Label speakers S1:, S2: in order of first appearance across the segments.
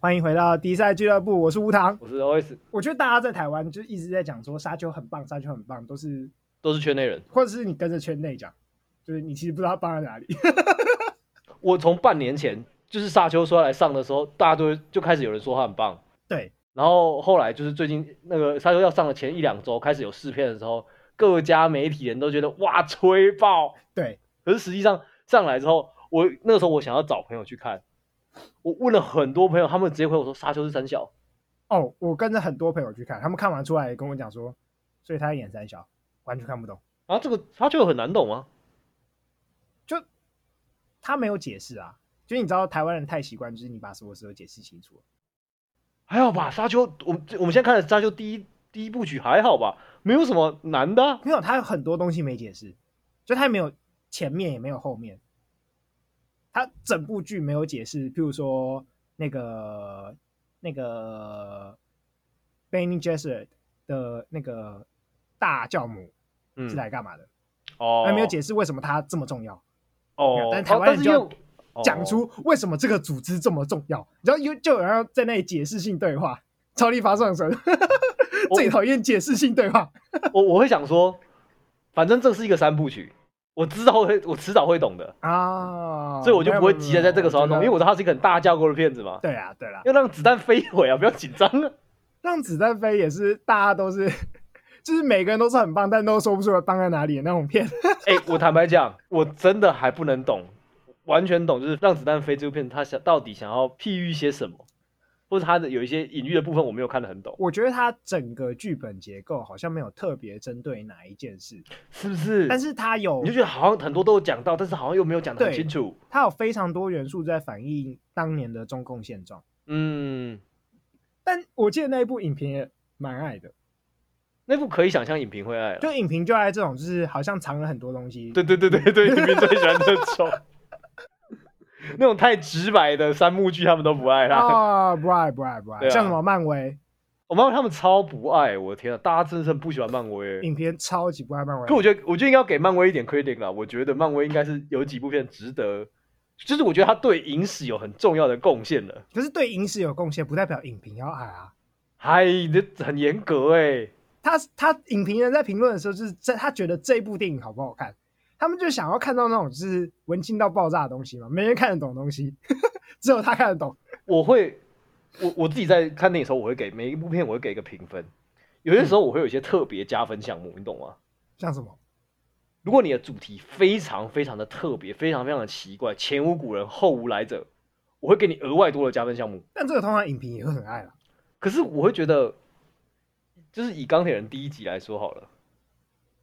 S1: 欢迎回到迪赛俱乐部，我是吴糖。
S2: 我是 OS，
S1: 我觉得大家在台湾就一直在讲说沙丘很棒，沙丘很棒，都是
S2: 都是圈内人。
S1: 或者是你跟着圈内讲，就是你其实不知道棒在哪里。
S2: 我从半年前就是沙丘说要来上的时候，大家都就开始有人说他很棒，
S1: 对，
S2: 然后后来就是最近那个沙丘要上的前一两周开始有试片的时候，各家媒体人都觉得哇吹爆，
S1: 对，
S2: 可是实际上上来之后，我那个时候我想要找朋友去看，我问了很多朋友，他们直接回我说沙丘是三小，
S1: 哦，我跟着很多朋友去看，他们看完出来也跟我讲说，所以他演三小，完全看不懂，
S2: 然后啊这个沙丘很难懂啊吗？
S1: 他没有解释啊。就是你知道台湾人太习惯，就是你把所有事都解释清楚了。
S2: 还好吧，沙丘，我们我们现在看的沙丘第一第一部曲还好吧，没有什么难的啊、
S1: 没有，他有很多东西没解释，就他没有前面也没有后面，他整部剧没有解释。譬如说那个那个 Benny Gesserit 的那个大教母
S2: 嗯
S1: 是来干嘛的，
S2: 哦
S1: 还、没有解释为什么他这么重要，
S2: 哦，
S1: 但是
S2: 他
S1: 台湾人
S2: 是
S1: 就要
S2: 又哦
S1: 讲出为什么这个组织这么重要，然后又就有人要在那里解释性对话，超力发上神， 最讨厌解释性对话。
S2: 哦我我会想说，反正这是一个三部曲，我知道会我迟早会懂的，
S1: 啊，
S2: 所以我就
S1: 没有
S2: 不会
S1: 没有
S2: 急
S1: 没
S2: 着
S1: 有
S2: 在这个时候
S1: 我觉
S2: 弄，
S1: 得
S2: 因为我知道它是一个很大架构的片子嘛，
S1: 对啊，对啦，
S2: 要让子弹飞一会啊，不要紧张啊。
S1: 让子弹飞也是大家都是，就是每个人都是很棒，但都说不出来棒在哪里的那种片。
S2: 哎、我坦白讲，我真的还不能懂，完全懂，就是《让子弹飞》这部片，它想到底想要譬喻些什么，或者它的有一些隐喻的部分，我没有看得很懂，
S1: 我觉得它整个剧本结构好像没有特别针对哪一件事，
S2: 是不是？
S1: 但是它有
S2: 你就觉得好像很多都有讲到，但是好像又没有讲得很
S1: 对
S2: 清楚。
S1: 它有非常多元素在反映当年的中共现状。
S2: 嗯，
S1: 但我记得那一部影评也蛮爱的，
S2: 那部可以想象影评会爱了。
S1: 就影评就爱这种，就是好像藏了很多东西。
S2: 对对对对对，你们最喜欢这种，那种太直白的三幕剧他们都不爱啦。
S1: 啊，不爱不爱不爱，
S2: 对啊
S1: 像什么漫威
S2: 我妈妈他们超不爱，我的天啊，大家真的是很不喜欢漫威。欸
S1: 影评超级不爱漫威
S2: 可。我觉得，我觉得应该要给漫威一点 credit 啦。我觉得漫威应该是有几部片值得，就是我觉得他对影史有很重要的贡献的。
S1: 可是对影史有贡献，不代表影评要爱啊。
S2: 嗨，你这很严格哎、
S1: 他他影评人在评论的时候，就是这他觉得这部电影好不好看，他们就想要看到那种就是文青到爆炸的东西嘛，没人看得懂的东西， 只有他看得懂。
S2: 我会，我我自己在看电影的时候，我会给每一部片我会给一个评分。有些时候我会有一些特别加分项目，你懂吗？
S1: 像什么？
S2: 如果你的主题非常非常的特别，非常非常的奇怪，前无古人后无来者，我会给你额外多的加分项目。
S1: 但这个通常影评也会很爱了。
S2: 可是我会觉得，就是以钢铁人第一集来说好了，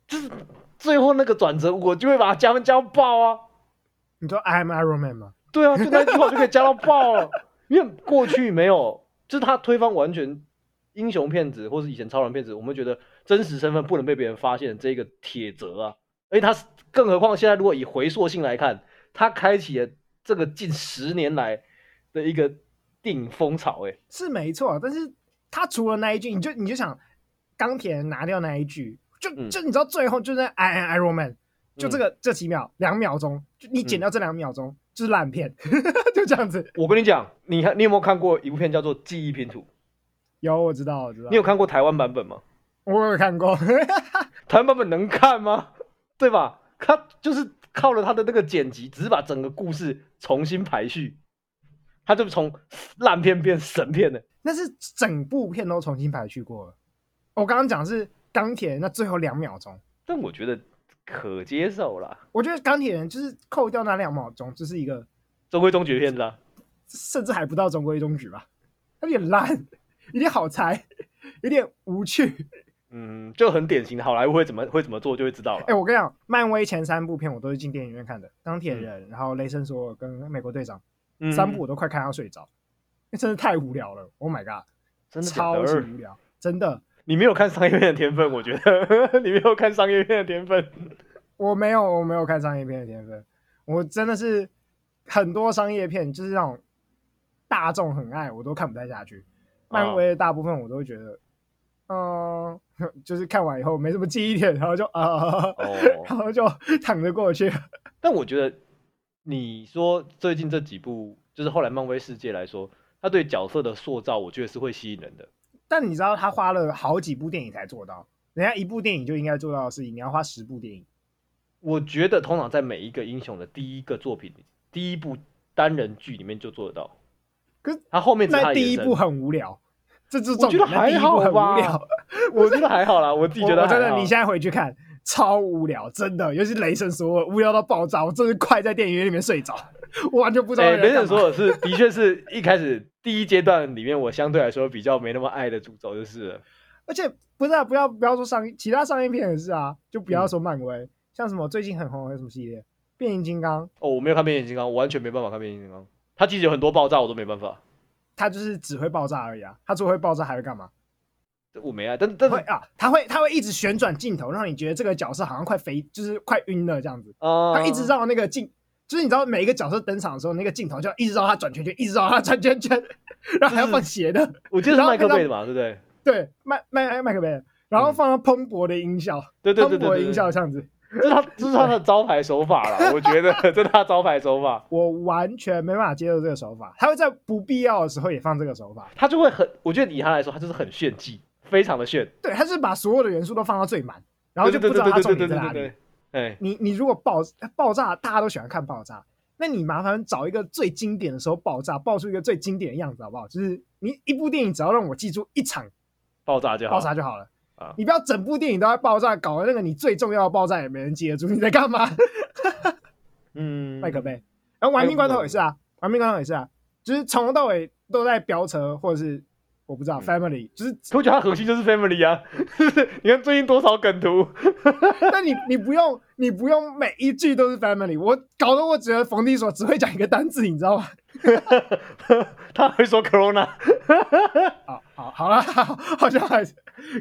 S2: 就是最后那个转折，我就会把它加分加到爆啊！
S1: 你说 I'm Iron Man 吗？
S2: 对啊，就那句话就可以加到爆了， 因为过去没有，就是他推翻完全英雄片子或是以前超人片子，我们觉得真实身份不能被别人发现这个铁则啊，而且他是更何况现在如果以回溯性来看，他开启了这个近十年来的一个电影风潮、欸，哎，
S1: 是没错，啊但是他除了那一句，你就你就想钢铁人拿掉那一句，就
S2: 嗯
S1: 就你知道最后就是 I am Iron Man，就这个、这几秒两秒钟，就你减
S2: 嗯
S1: 掉这两秒钟、就是烂片， 就这样子。
S2: 我跟你讲，你看你有没有看过一部片叫做《记忆拼图》？
S1: 有我知道我知道
S2: 你，有看过台湾版本吗？
S1: 我有看过。
S2: 台湾版本能看吗？ 对吧？他就是靠了他的那个剪辑，只是把整个故事重新排序，他就从烂片变神片了。
S1: 那是整部片都重新排序过了。我刚刚讲的是钢铁人，那最后两秒钟，
S2: 但我觉得可接受啦，
S1: 我觉得钢铁人就是扣掉那两秒钟，就是一个
S2: 中规中矩的片子啊。
S1: 甚至还不到中规中矩吧，有点烂，有点好猜，有点无趣。
S2: 嗯，就很典型的好莱坞会怎么会怎么做就会知道了
S1: 哎、。我跟你讲，漫威前三部片我都是进电影院看的，钢铁人，然后雷神索尔跟美国队长、
S2: 嗯
S1: 三部我都快看到睡着，那真的太无聊了。Oh my god，
S2: 真的假
S1: 超级
S2: 的？
S1: 无聊，真的，
S2: 你没有看商业片的天分，我觉得 你没有看商业片的天分。
S1: 我没有，我没有看商业片的天分，我真的是很多商业片就是那种大众很爱，我都看不太下去。
S2: 哦
S1: 漫威的大部分我都觉得，嗯、 就是看完以后没什么记忆点，然后就啊，
S2: 哦
S1: 然后就躺着过去。
S2: 但我觉得你说最近这几部，就是后来漫威世界来说，他对角色的塑造，我觉得是会吸引人的。
S1: 但你知道他花了好几部电影才做到，人家一部电影就应该做到的事情，你要花十部电影。
S2: 我觉得通常在每一个英雄的第一个作品、第一部单人剧里面就做得到。
S1: 可是
S2: 他后面只是他
S1: 那
S2: 的延
S1: 第一
S2: 伸
S1: 部 很无聊，这就是
S2: 我
S1: 重
S2: 觉
S1: 点。
S2: 得
S1: 那第一
S2: 还好
S1: 部很无
S2: 吧
S1: 聊，，
S2: 我觉得还好啦，我自己
S1: 我
S2: 觉得
S1: 我真
S2: 还
S1: 的，
S2: 好
S1: 你现在回去看，超无聊，真的，尤其雷神索尔，无聊到爆炸，我真是快在电影院里面睡着， 我完全不知道
S2: 哎，
S1: 那个
S2: 雷
S1: 在干
S2: 神
S1: 嘛。
S2: 索尔是的确是一开始第一阶段里面，我相对来说比较没那么爱的主轴就是了，
S1: 而且不是啊，不要不要说商业，其他商业片也是啊，就不要说漫
S2: 嗯
S1: 威，像什么最近很红的什么系列，变形金刚，
S2: 哦，我没有看变形金刚，我完全没办法看变形金刚，它其实有很多爆炸我都没办法，
S1: 它就是只会爆炸而已啊，它除了会爆炸还会干嘛？
S2: 我没爱，但但是
S1: 会啊，它会它会一直旋转镜头，让你觉得这个角色好像快飞，就是快晕了这样子。
S2: 啊，
S1: 他一直绕那个镜，就是你知道每一个角色登场的时候，那个镜头就要一直绕他转圈圈，一直绕他转圈圈， 然后还要放斜的，
S2: 我记得是
S1: 然后
S2: 麦克
S1: 看到
S2: 贝的嘛，对不对？
S1: 对，麦哎麦麦克贝，然后放上蓬勃的音效，
S2: 嗯对对
S1: 蓬
S2: 对
S1: 勃
S2: 对
S1: 的
S2: 对
S1: 音效这样子，
S2: 这是他这是他的招牌手法啦，我觉得这是他招牌手法，
S1: 我完全没办法接受这个手法。他会在不必要的时候也放这个手法，
S2: 他就会很，我觉得以他来说，他就是很炫技，非常的炫，
S1: 对，他是把所有的元素都放到最满，然后就不
S2: 对
S1: 知道
S2: 对
S1: 他
S2: 对对
S1: 重
S2: 对
S1: 点在
S2: 对
S1: 哪
S2: 对
S1: 里。
S2: 对，哎，
S1: 你你如果爆爆炸，大家都喜欢看爆炸，那你麻烦找一个最经典的时候爆炸，爆出一个最经典的样子，好不好？就是你一部电影只要让我记住一场
S2: 爆炸就好，
S1: 爆炸就好了
S2: 啊。
S1: 你不要整部电影都在爆炸，搞得那个你最重要的爆炸也没人记得住，你在干嘛？
S2: 嗯，
S1: 麦克贝，然后玩命关头也是啊，玩命关头也是啊，就是从头到尾都在飙车，或者是我不知道
S2: 嗯
S1: family，就是
S2: 可我觉得它核心就是 family 啊， 你看最近多少梗图，
S1: 但你你不用你不用每一句都是 family，我搞得我只得冯弟所只会讲一个单字，你知道吗？
S2: 他会说 corona，
S1: 好好好了，好好像还是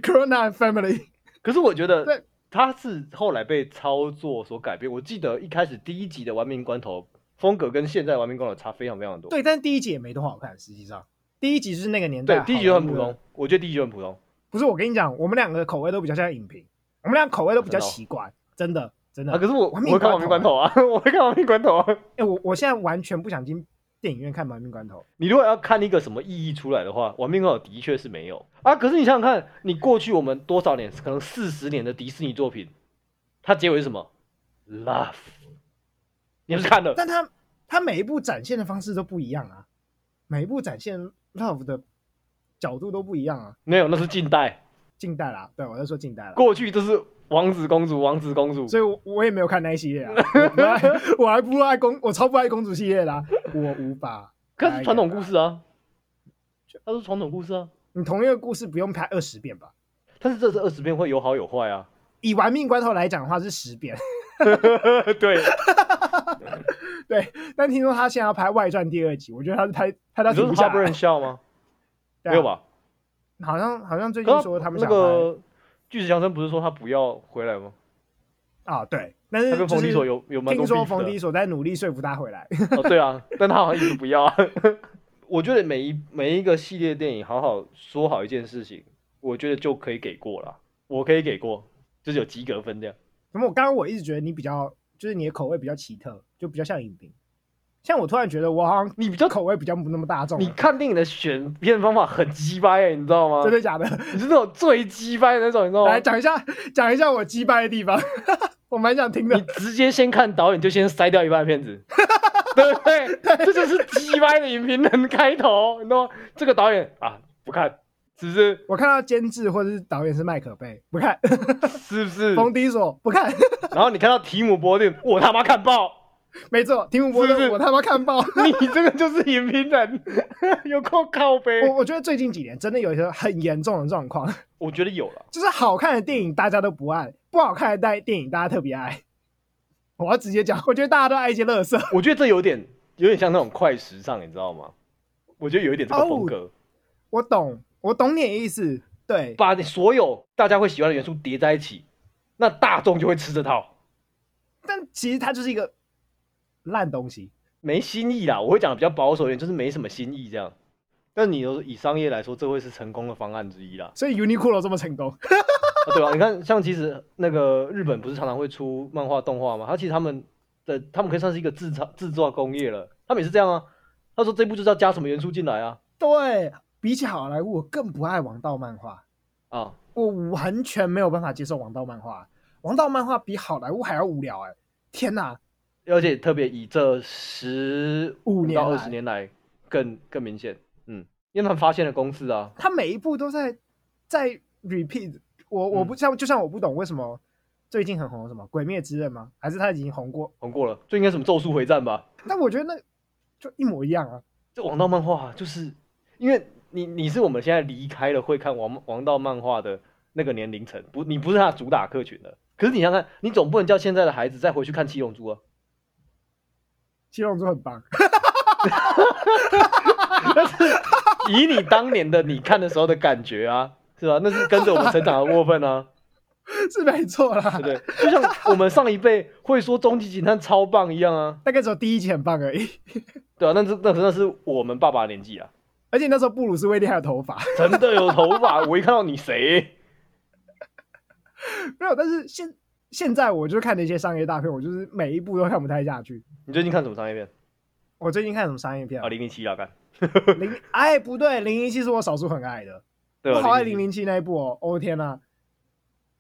S1: corona and family，
S2: 可是我觉
S1: 对
S2: 得他是后来被操作所改变。我记得一开始第一集的《玩命关头》风格跟现在《玩命关头》差非常非常多。
S1: 对，但是第一集也没多好看，实际上第一集就是那个年代
S2: 对
S1: 好，
S2: 第一集就很
S1: 莱坞
S2: 普
S1: 的
S2: 通，我觉得第一集就很普通。
S1: 不是，我跟你讲，我们两个口味都比较像影评，我们俩口味都比较
S2: 真的哦
S1: 奇怪，真的真的。
S2: 啊，可是我我
S1: 玩命
S2: 会看《玩命关头》啊， 我会看《玩命关头》啊。
S1: 哎、我我现在完全不想进电影院看《玩命关头》，
S2: 你如果要看一个什么意义出来的话，《玩命关头》的确是没有啊。可是你想想看，你过去我们多少年，可能四十年的迪士尼作品，它结尾是什么？Love，你不 是 看了？
S1: 但他他每一部展现的方式都不一样啊，每一部展现 love 的角度都不一样啊。
S2: 没有，那是近代，
S1: 近代啦，对我在说近代啦，
S2: 过去就是王子公主，王子公主。
S1: 所以我我也没有看那一系列啊，我不爱 我还不爱公，我超不爱公主系列啦，我无法。
S2: 可是传统故，事啊，它是传统故事啊，
S1: 你同一个故事不用拍二十遍吧？
S2: 但是这是二十遍会有好有坏啊。
S1: 以玩命关头来讲的话是十遍，
S2: 对，
S1: 但听说他现在要拍外传第二集，我觉得他是拍拍到
S2: 你
S1: 停
S2: 说
S1: 不
S2: 是
S1: 下
S2: Harbor
S1: 来
S2: and。Shaw 吗？
S1: 对啊
S2: 没有？吧？
S1: 好像好像最
S2: 可
S1: 近
S2: 是
S1: 说他们
S2: 那
S1: 想拍
S2: 个巨石强森不是说他不要回来吗？
S1: 啊，对，但是
S2: 他跟
S1: 就
S2: 冯迪
S1: 是
S2: 所有有蛮
S1: 听
S2: 多
S1: 说
S2: beef
S1: 冯迪
S2: 的
S1: 所在努力说服他回来。
S2: 哦，对啊，但他好像一直不要啊。 我觉得每一每一个系列电影好好说好一件事情，我觉得就可以给过了，我可以给过，就是有及格分这样。
S1: 怎么？我刚刚我一直觉得你比较，就是你的口味比较奇特，就比较像影评。像我突然觉得我好像
S2: 你比较
S1: 口味比较不那么大众了，
S2: 你看电影的选片方法很鸡掰、欸，你知道吗？
S1: 真的假的？
S2: 你是那种最鸡掰的那种，你知道 吗
S1: 来？讲一下，讲一下我击败的地方， 我蛮想听
S2: 你
S1: 的。
S2: 直接先看导演，就先筛掉一半的片子，对不对？这就是鸡掰的影评人开头，你知道吗？这个导演啊，不看，是不是？
S1: 我看到监制或者是导演是麦可贝，不看；
S2: 是不是？
S1: 冯迪索不看，
S2: 然后你看到提姆·波顿，我他妈看爆！
S1: 没错，提姆波
S2: 是不
S1: 顿
S2: 是
S1: 我他妈看 爆。
S2: 你这个就是影评人， 有够靠背。
S1: 我我觉得最近几年真的有一些很严重的状况，
S2: 我觉得有了，
S1: 就是好看的电影大家都不爱，不好看的代电影大家特别爱。我要直接讲，我觉得大家都爱一些乐色。
S2: 我觉得这有点有点像那种快时尚，你知道吗？我觉得有一点这个风格，
S1: 我懂，我懂你的意思。对，
S2: 把你所有大家会喜欢的元素叠在一起，那大众就会吃这套，
S1: 但其实它就是一个烂东西。
S2: 没新意啦。我会讲的比较保守一点，就是没什么新意这样。但你都以商业来说，这会是成功的方案之一啦，
S1: 所以 Uniqlo 这么成功，
S2: 啊对吧、你看，像其实那个日本不是常常会出漫画动画吗？它其实他们的他们可以算是一个制造制造工业了，他们也是这样啊。他说这部就是要加什么元素进来啊，
S1: 对比起好莱坞，我更不爱王道漫画，
S2: 啊，
S1: 我完全没有办法接受王道漫画。王道漫画比好莱坞还要无聊哎、天哪！
S2: 而且特别以这十
S1: 五年
S2: 到
S1: 来
S2: 二十年来更更明显，嗯，因为他们发现了公式啊，
S1: 他每一步都在在 repeat 我。我不像，就像我不懂为什么最近很红什么《鬼灭之刃》吗？还是他已经红过？
S2: 红过了，最应该什么咒术回战吧？
S1: 但我觉得那就一模一样啊。
S2: 这王道漫画啊就是因为你你是我们现在离开了会看王王道漫画的那个年龄层，不，你不是他的主打客群了。可是你想想看，你总不能叫现在的孩子再回去看七龙珠啊？
S1: 七龙珠很棒，
S2: 以你当年的你看的时候的感觉啊，是吧？那是跟着我们成长的过分啊，
S1: 是没错啦
S2: 对不。对？就像我们上一辈会说《终极警探》超棒一样啊，
S1: 大概只有第一集很棒而已，
S2: 对啊，那是那真的是我们爸爸的年纪啊，
S1: 而且那时候布鲁斯威利还有头发。
S2: 真的有头发，我一看到你谁？
S1: 没有，但是现现在我就看那些商业大片，我就是每一部都看不太下去。
S2: 你最近看什么商业片？
S1: 我最近看什么商业片
S2: 啊，
S1: 啊？
S2: 零零七啊，看
S1: 零哎不对，零零七是我少数很爱的，
S2: 对
S1: 我
S2: 吧？
S1: 好爱零，零七那一部哦！哦天哪、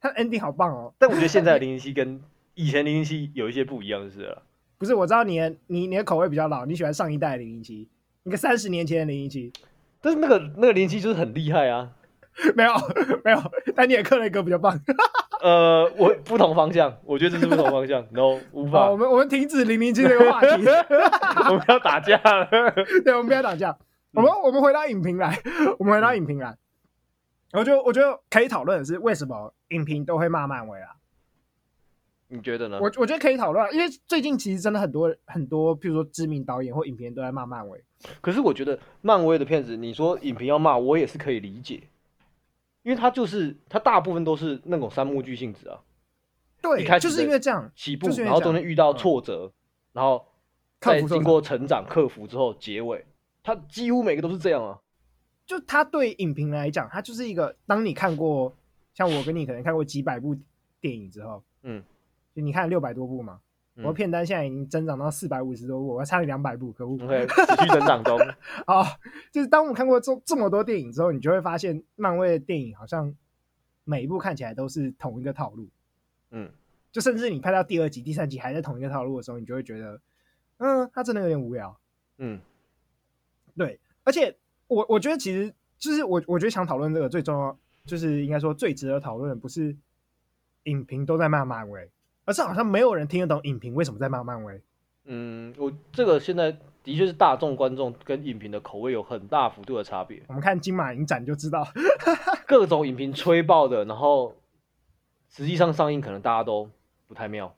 S1: 它 ending 好棒哦！
S2: 但我觉得现在的零零七跟以前零零七有一些不一样，就是了。
S1: 不是，我知道你的你你的口味比较老，你喜欢上一代零零七，一个三十年前的零零七，
S2: 但是那个那个零零七就是很厉害啊，
S1: 没有没有，但你也克雷格比较棒。
S2: 呃，我不同方向，我觉得这是不同方向，no 无法，
S1: 哦好，我们我们停止零零七这个话题，
S2: 我们要打架了。
S1: 对，我们不要打架。
S2: 嗯
S1: 我们我们回到影评来，我们回到影评来。我觉得我觉得可以讨论的是，为什么影评都会骂漫威啊？
S2: 你觉得呢？
S1: 我我觉得可以讨论啊，因为最近其实真的很多很多，譬如说知名导演或影评人都在骂漫威。
S2: 可是我觉得漫威的片子，你说影评要骂，我也是可以理解，因为它就是它大部分都是那种三幕剧性质啊，一
S1: 对，
S2: 开始
S1: 就是因为这样，
S2: 起步，
S1: 就是因为
S2: 然后
S1: 这
S2: 中
S1: 样嗯
S2: 间遇到挫折，然后
S1: 克
S2: 再
S1: 服挫
S2: 经
S1: 折
S2: 过成长克服之后结尾，它几乎每个都是这样啊。
S1: 就他对影评来讲，他就是一个，当你看过像我跟你可能看过几百部电影之后，
S2: 嗯，
S1: 就你看六百多部嘛，
S2: 嗯
S1: 我的片单现在已经增长到四百五十多部，我还差了两百部，可恶
S2: OK，持续成长中，
S1: 啊、就是当我们看过这这么多电影之后，你就会发现漫威的电影好像每一部看起来都是同一个套路，
S2: 嗯，
S1: 就甚至你拍到第二集、第三集还在同一个套路的时候，你就会觉得，嗯，它真的有点无聊。
S2: 嗯
S1: 对，而且我我觉得其实就是我我觉得想讨论这个最重要，就是应该说最值得讨论的不是影评都在骂漫威，而是好像没有人听得懂影评为什么在骂漫威。
S2: 嗯，我这个现在的确是大众观众跟影评的口味有很大幅度的差别，
S1: 我们看金马影展就知道，
S2: 各种影评吹爆的，然后实际上上映可能大家都不太妙，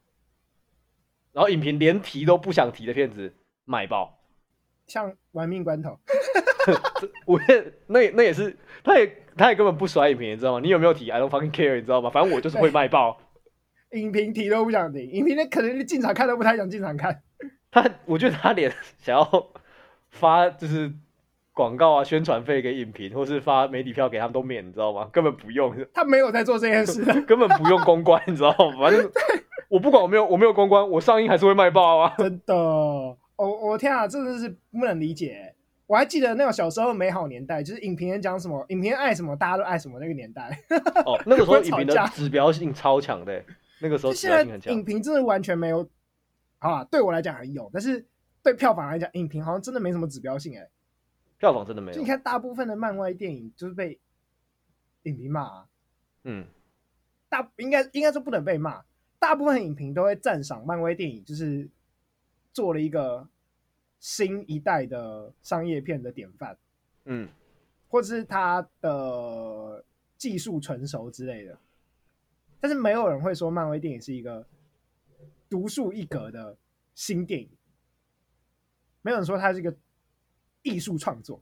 S2: 然后影评连提都不想提的片子卖爆，
S1: 像《玩命关头》，
S2: 我也那那也是，他也他也根本不甩影评，你知道吗？你有没有提？I don't fucking care，你知道吗？反正我就是会卖爆。
S1: 影评提都不想听，影评的可能连进场看都不太想进场看。
S2: 他我觉得他连想要发就是广告啊、宣传费给影评，或是发媒体票给他们都免，你知道吗？根本不用，
S1: 他没有在做这件事，啊
S2: 根本不用公关，你知道吗？反正我不管我没有我没有公关，我上映还是会卖爆啊。
S1: 真的。我、我天啊，真的是不能理解。我还记得那种小时候的美好年代，就是影评人讲什么，影评人爱什么，大家都爱什么那个年代。
S2: 哦，那个时候
S1: 会
S2: 影
S1: 吵
S2: 评的
S1: 架
S2: 指标性超强的欸，那个时候
S1: 就
S2: 指
S1: 现
S2: 标
S1: 在
S2: 性很强
S1: 影。评真的完全没有，啊，对我来讲很有，但是对票房来讲，影评好像真的没什么指标性哎、
S2: 票房真的没
S1: 就你
S2: 有，
S1: 看，大部分的漫威电影就是被影评骂、啊，
S2: 嗯，
S1: 大应该应该说不能被骂，大部分影评都会赞赏漫威电影，就是做了一个新一代的商业片的典范，
S2: 嗯，
S1: 或者是它的技术成熟之类的。但是没有人会说漫威电影是一个独树一格的新电影，没有人说它是一个艺术创作。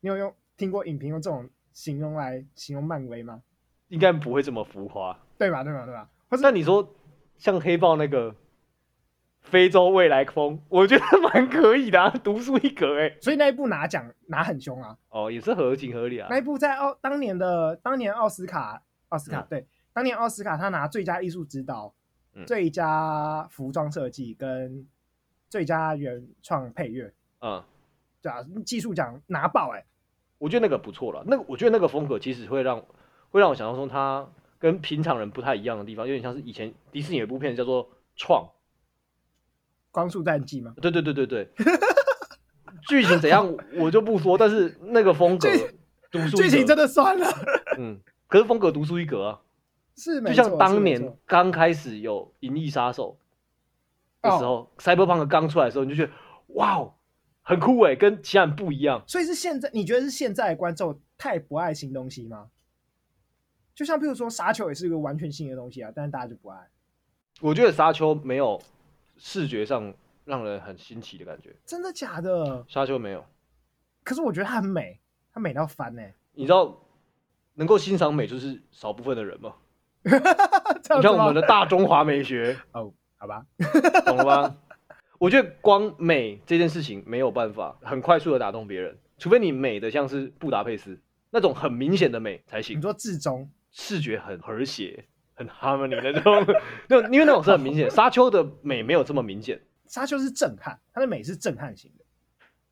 S1: 你有用听过影评用这种形容来形容漫威吗？
S2: 应该不会这么浮夸。
S1: 对吧？对吧？对吧？或者
S2: 但你说像黑豹那个非洲未来风，我觉得蛮可以的、啊，独树一格哎、
S1: 所以那一部拿奖拿很凶啊，
S2: 哦，也是合情合理啊
S1: 那。一部在奥当年的当年奥斯卡奥斯卡、
S2: 嗯
S1: 对，当年奥斯卡他拿最佳艺术指导、
S2: 嗯
S1: 最佳服装设计跟最佳原创配乐，
S2: 嗯，
S1: 对啊，技术奖拿爆哎、
S2: 我觉得那个不错了。那个我觉得那个风格其实会让会让我想到说它跟平常人不太一样的地方，有点像是以前迪士尼有一部片叫做《创》，
S1: 光速战记吗？
S2: 对对对对对， 剧情怎样我就不说，但是那个风格
S1: 剧
S2: 独树
S1: 剧
S2: 一
S1: 情真
S2: 格，
S1: 的算 了，
S2: 嗯，可是风格独树一格啊，
S1: 是没
S2: 就
S1: 错
S2: 像当
S1: 是没
S2: 年
S1: 错
S2: 刚开始有《银翼杀手》的
S1: 哦
S2: 时候、c y b e r p u n k 刚出来的时候，你就觉得哇哦，很酷哎，跟其他人不一样。
S1: 所以是现在，你觉得是现在的观众太不爱新东西吗？就像譬如说《沙丘》也是一个完全新的东西啊，但是大家就不爱，
S2: 我觉得沙丘没有视觉上让人很新奇的感觉，
S1: 真的假的？
S2: 沙丘没有。
S1: 可是我觉得它很美，它美到翻呢、欸
S2: 你知道能够欣赏美就是少部分的人嘛？
S1: 这样子
S2: 你看
S1: 吗
S2: 我们的大中华美学，
S1: 哦，好吧，
S2: 懂了吧？ 我觉得光美这件事情没有办法很快速的打动别人，除非你美的像是布达佩斯那种很明显的美才行
S1: 你。说至中
S2: 视觉很和谐、很 harmony 那种，那种因为那种是很明显，沙丘的美没有这么明显。
S1: 沙丘是震撼，它的美是震撼型的。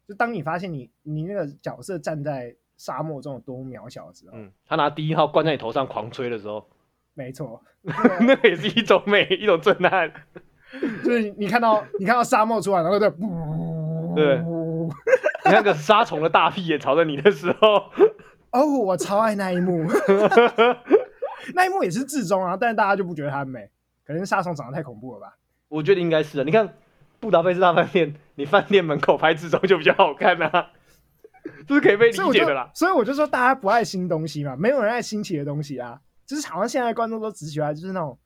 S1: 就当你发现你你那个角色站在沙漠中有多么渺小的时候，
S2: 嗯，他拿第一号灌在你头上狂吹的时候，
S1: 没错，
S2: 那个也是一种美，一种震撼。
S1: 就是你看到你看到沙漠出来，然后对，
S2: 对
S1: 呜
S2: 你那个沙虫的大屁也朝着你的时候，
S1: 哦，我超爱那一 幕，那一幕也是至中啊，但是大家就不觉得它很美，可能是沙虫长得太恐怖了吧？
S2: 我觉得应该是啊。你看布达佩斯大饭店，你饭店门口拍自中就比较好看啊， 这是可以被
S1: 所以
S2: 理
S1: 我
S2: 解
S1: 就
S2: 的啦。
S1: 所以我就说大家不爱新东西嘛，没有人爱新奇的东西啊，就是好像现在观众都只喜欢就是那种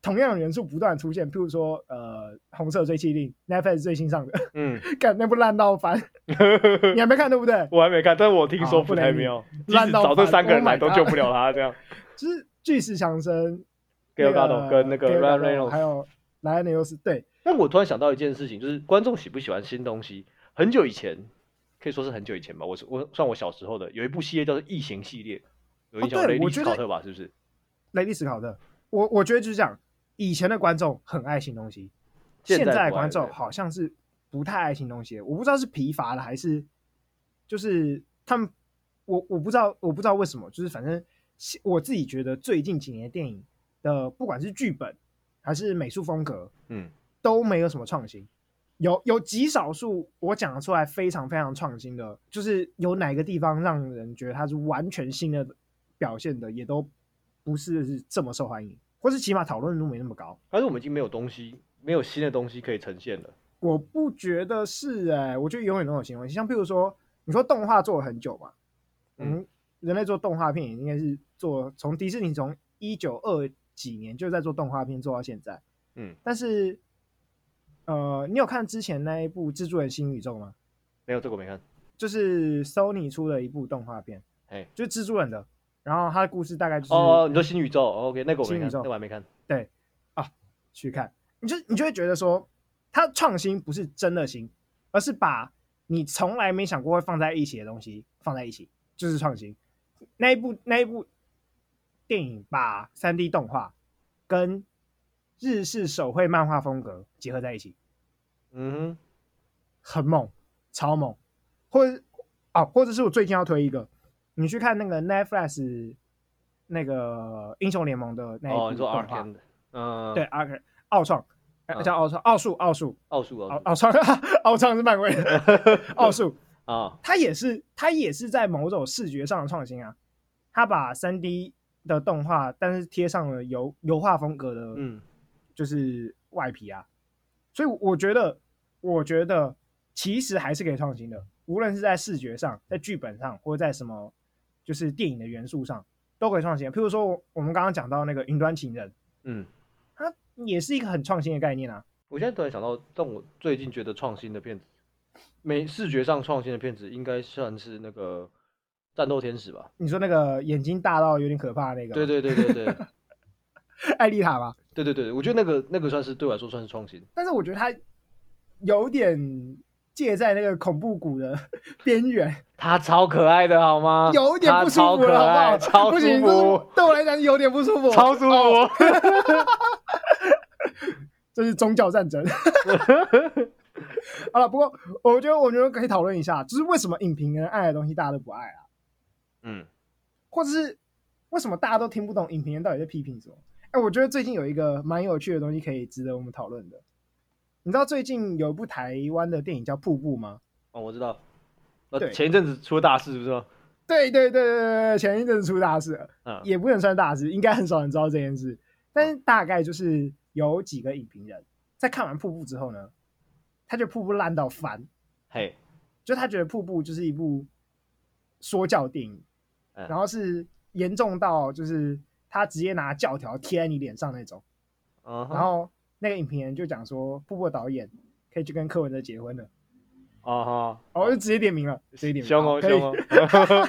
S1: 同样的元素不断出现，譬如说呃《红色追妻令》Netflix 最新上的，
S2: 嗯，
S1: 干那部烂到翻，你还没看对不对？
S2: 我还没看，但我听说
S1: 好不
S2: 不
S1: 能
S2: 太妙，即
S1: 烂
S2: 使
S1: 到
S2: 找这
S1: 翻
S2: 三个人
S1: Oh my
S2: 来都救
S1: God
S2: 不了他这样。
S1: 就是巨石强森、那
S2: Gal Gadot 跟那个
S1: Gal
S2: Ryan
S1: Gadot，
S2: Reynolds
S1: 还有莱恩·牛斯，对，
S2: 但我突然想到一件事情，就是观众喜不喜欢新东西？很久以前，可以说是很久以前吧，我是我算我小时候的，有一部系列叫做《异形》系列，有印象
S1: 哦对
S2: 雷
S1: 我
S2: 利
S1: 觉
S2: 斯
S1: 得
S2: 考特吧？是不是？
S1: 雷利·史考特，我我觉得就是这样。以前的观众很爱新东西，
S2: 现
S1: 现
S2: 在
S1: 在的
S2: 不
S1: 观
S2: 爱
S1: 众
S2: 对
S1: 好像是不太爱新东西的。我不知道是疲乏了还是就是他们，我我不知道我不知道为什么，就是反正现我自己觉得最近几年的电影的不管是剧本还是美术风格
S2: 嗯，
S1: 都没有什么创新。有有极少数我讲得出来非常非常创新的，就是有哪个地方让人觉得它是完全新的表现的，也都不是这么受欢迎，或是起码讨论度没那么高。
S2: 但是我们已经没有东西，没有新的东西可以呈现了。
S1: 我不觉得是哎、我觉得永远都有新东西。像譬如说，你说动画做了很久嘛，
S2: 嗯
S1: 嗯，人类做动画片也应该是做从迪士尼从一九二几年就在做动画片做到现在，
S2: 嗯，
S1: 但是，呃，你有看之前那一部《蜘蛛人新宇宙》吗？
S2: 没有这个我没看。
S1: 就是 Sony 出了一部动画片，
S2: 哎，
S1: 就是蜘蛛人的，然后它的故事大概就是
S2: 哦，你说新宇宙哦？OK，那个我没
S1: 新宇
S2: 看，
S1: 宙
S2: 那个我还没看。
S1: 去看，你就你就会觉得说，它创新不是真的新，而是把你从来没想过会放在一起的东西放在一起，就是创新。那一部那一部电影把三 D 动画跟日式手绘漫画风格结合在一起，
S2: 嗯
S1: 很猛，超猛，或者啊，或者是我最近要推一个，你去看那个 Netflix 那个英雄联盟的那
S2: 哼，
S1: 一
S2: 哦，
S1: 部
S2: 你说
S1: 动
S2: R
S1: 画，
S2: N 的，嗯，
S1: 对，阿克奥创，呃
S2: 嗯
S1: 叫奥创，奥数，奥数，
S2: 奥数
S1: 奥
S2: 奥数
S1: 奥 创，奥创是漫威 的，奥数，
S2: 啊，
S1: 它也是，它也是在某种视觉上的创新啊，它把三 D 的动画，但是贴上了油油画风格的，
S2: 嗯，
S1: 就是外皮啊，所以我觉得，我觉得其实还是可以创新的，无论是在视觉上、在剧本上，或者在什么就是电影的元素上，都可以创新。啊譬如说，我我们刚刚讲到那个云端情人，
S2: 嗯。
S1: 它也是一个很创新的概念啊。
S2: 我现在突然想到，但我最近觉得创新的片子，美视觉上创新的片子，应该算是那个《战斗天使》吧？
S1: 你说那个眼睛大到有点可怕的那个，
S2: 对，对对 对对
S1: 艾丽塔吧。
S2: 对对对，我觉得那个那个算是对我来说算是创新。
S1: 但是我觉得它有点介在那个恐怖谷的 边缘，
S2: 他超可爱的好吗？
S1: 有点
S2: 它
S1: 不舒服了，好不好？
S2: 啊超
S1: 不
S2: 可爱
S1: 行，哦
S2: 超舒
S1: 这对我来讲有点不舒服
S2: 服，。哦超舒服。
S1: 这是宗教战争， 好了，不过我觉得我觉得可以讨论一下，就是为什么影评人爱的东西大家都不爱啊，
S2: 嗯，
S1: 或者是为什么大家都听不懂影评人到底在批评什么？哎，我觉得最近有一个蛮有趣的东西可以值得我们讨论的。你知道最近有一部台湾的电影叫《瀑布》吗？
S2: 哦，我知道。那
S1: 对
S2: 前一阵子出了大事，是不是吗？
S1: 对对对对对，对前一阵子出大事了，
S2: 嗯，
S1: 也不能算大事，应该很少人知道这件事。但是大概就是有几个影评人在看完《瀑布》之后呢，他觉得《瀑布》烂到翻，
S2: 嘿，
S1: 就他觉得《瀑布》就是一部说教电影，
S2: 嗯
S1: 然后是严重到就是他直接拿教条贴在你脸上那种。
S2: 嗯哼，
S1: 然后那个影评人就讲说，《瀑布》的导演可以去跟柯文哲结婚了，
S2: 啊哈，
S1: 哦，我就直接点名了，直接点名，
S2: 凶
S1: 好
S2: 哦，
S1: 可以
S2: 凶哦，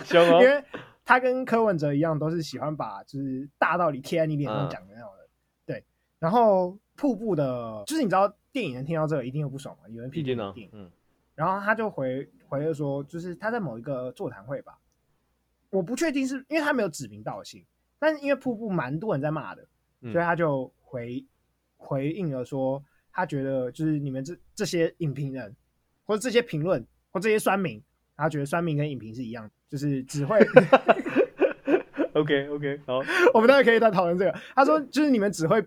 S2: 凶
S1: 因
S2: 哦，
S1: 为他跟柯文哲一样，都是喜欢把就是大道理贴在你脸上讲的那种人。对，然后瀑布的，就是你知道电影人听到这个一定啊会不爽嘛，有人批
S2: 毕
S1: 评电
S2: 竟呢
S1: 影，，
S2: 嗯，
S1: 然后他就回回了说，就是他在某一个座谈会吧，我不确定是因为他没有指名道姓，但是因为瀑布蛮多人在骂的，
S2: 嗯
S1: 所以他就回回应了说，他觉得就是你们这这些影评人或者这些评论或这些酸民，他觉得酸民跟影评是一样的，就是只会
S2: OK OK，好，
S1: 我们待会可以再讨论这个。他说，就是你们只会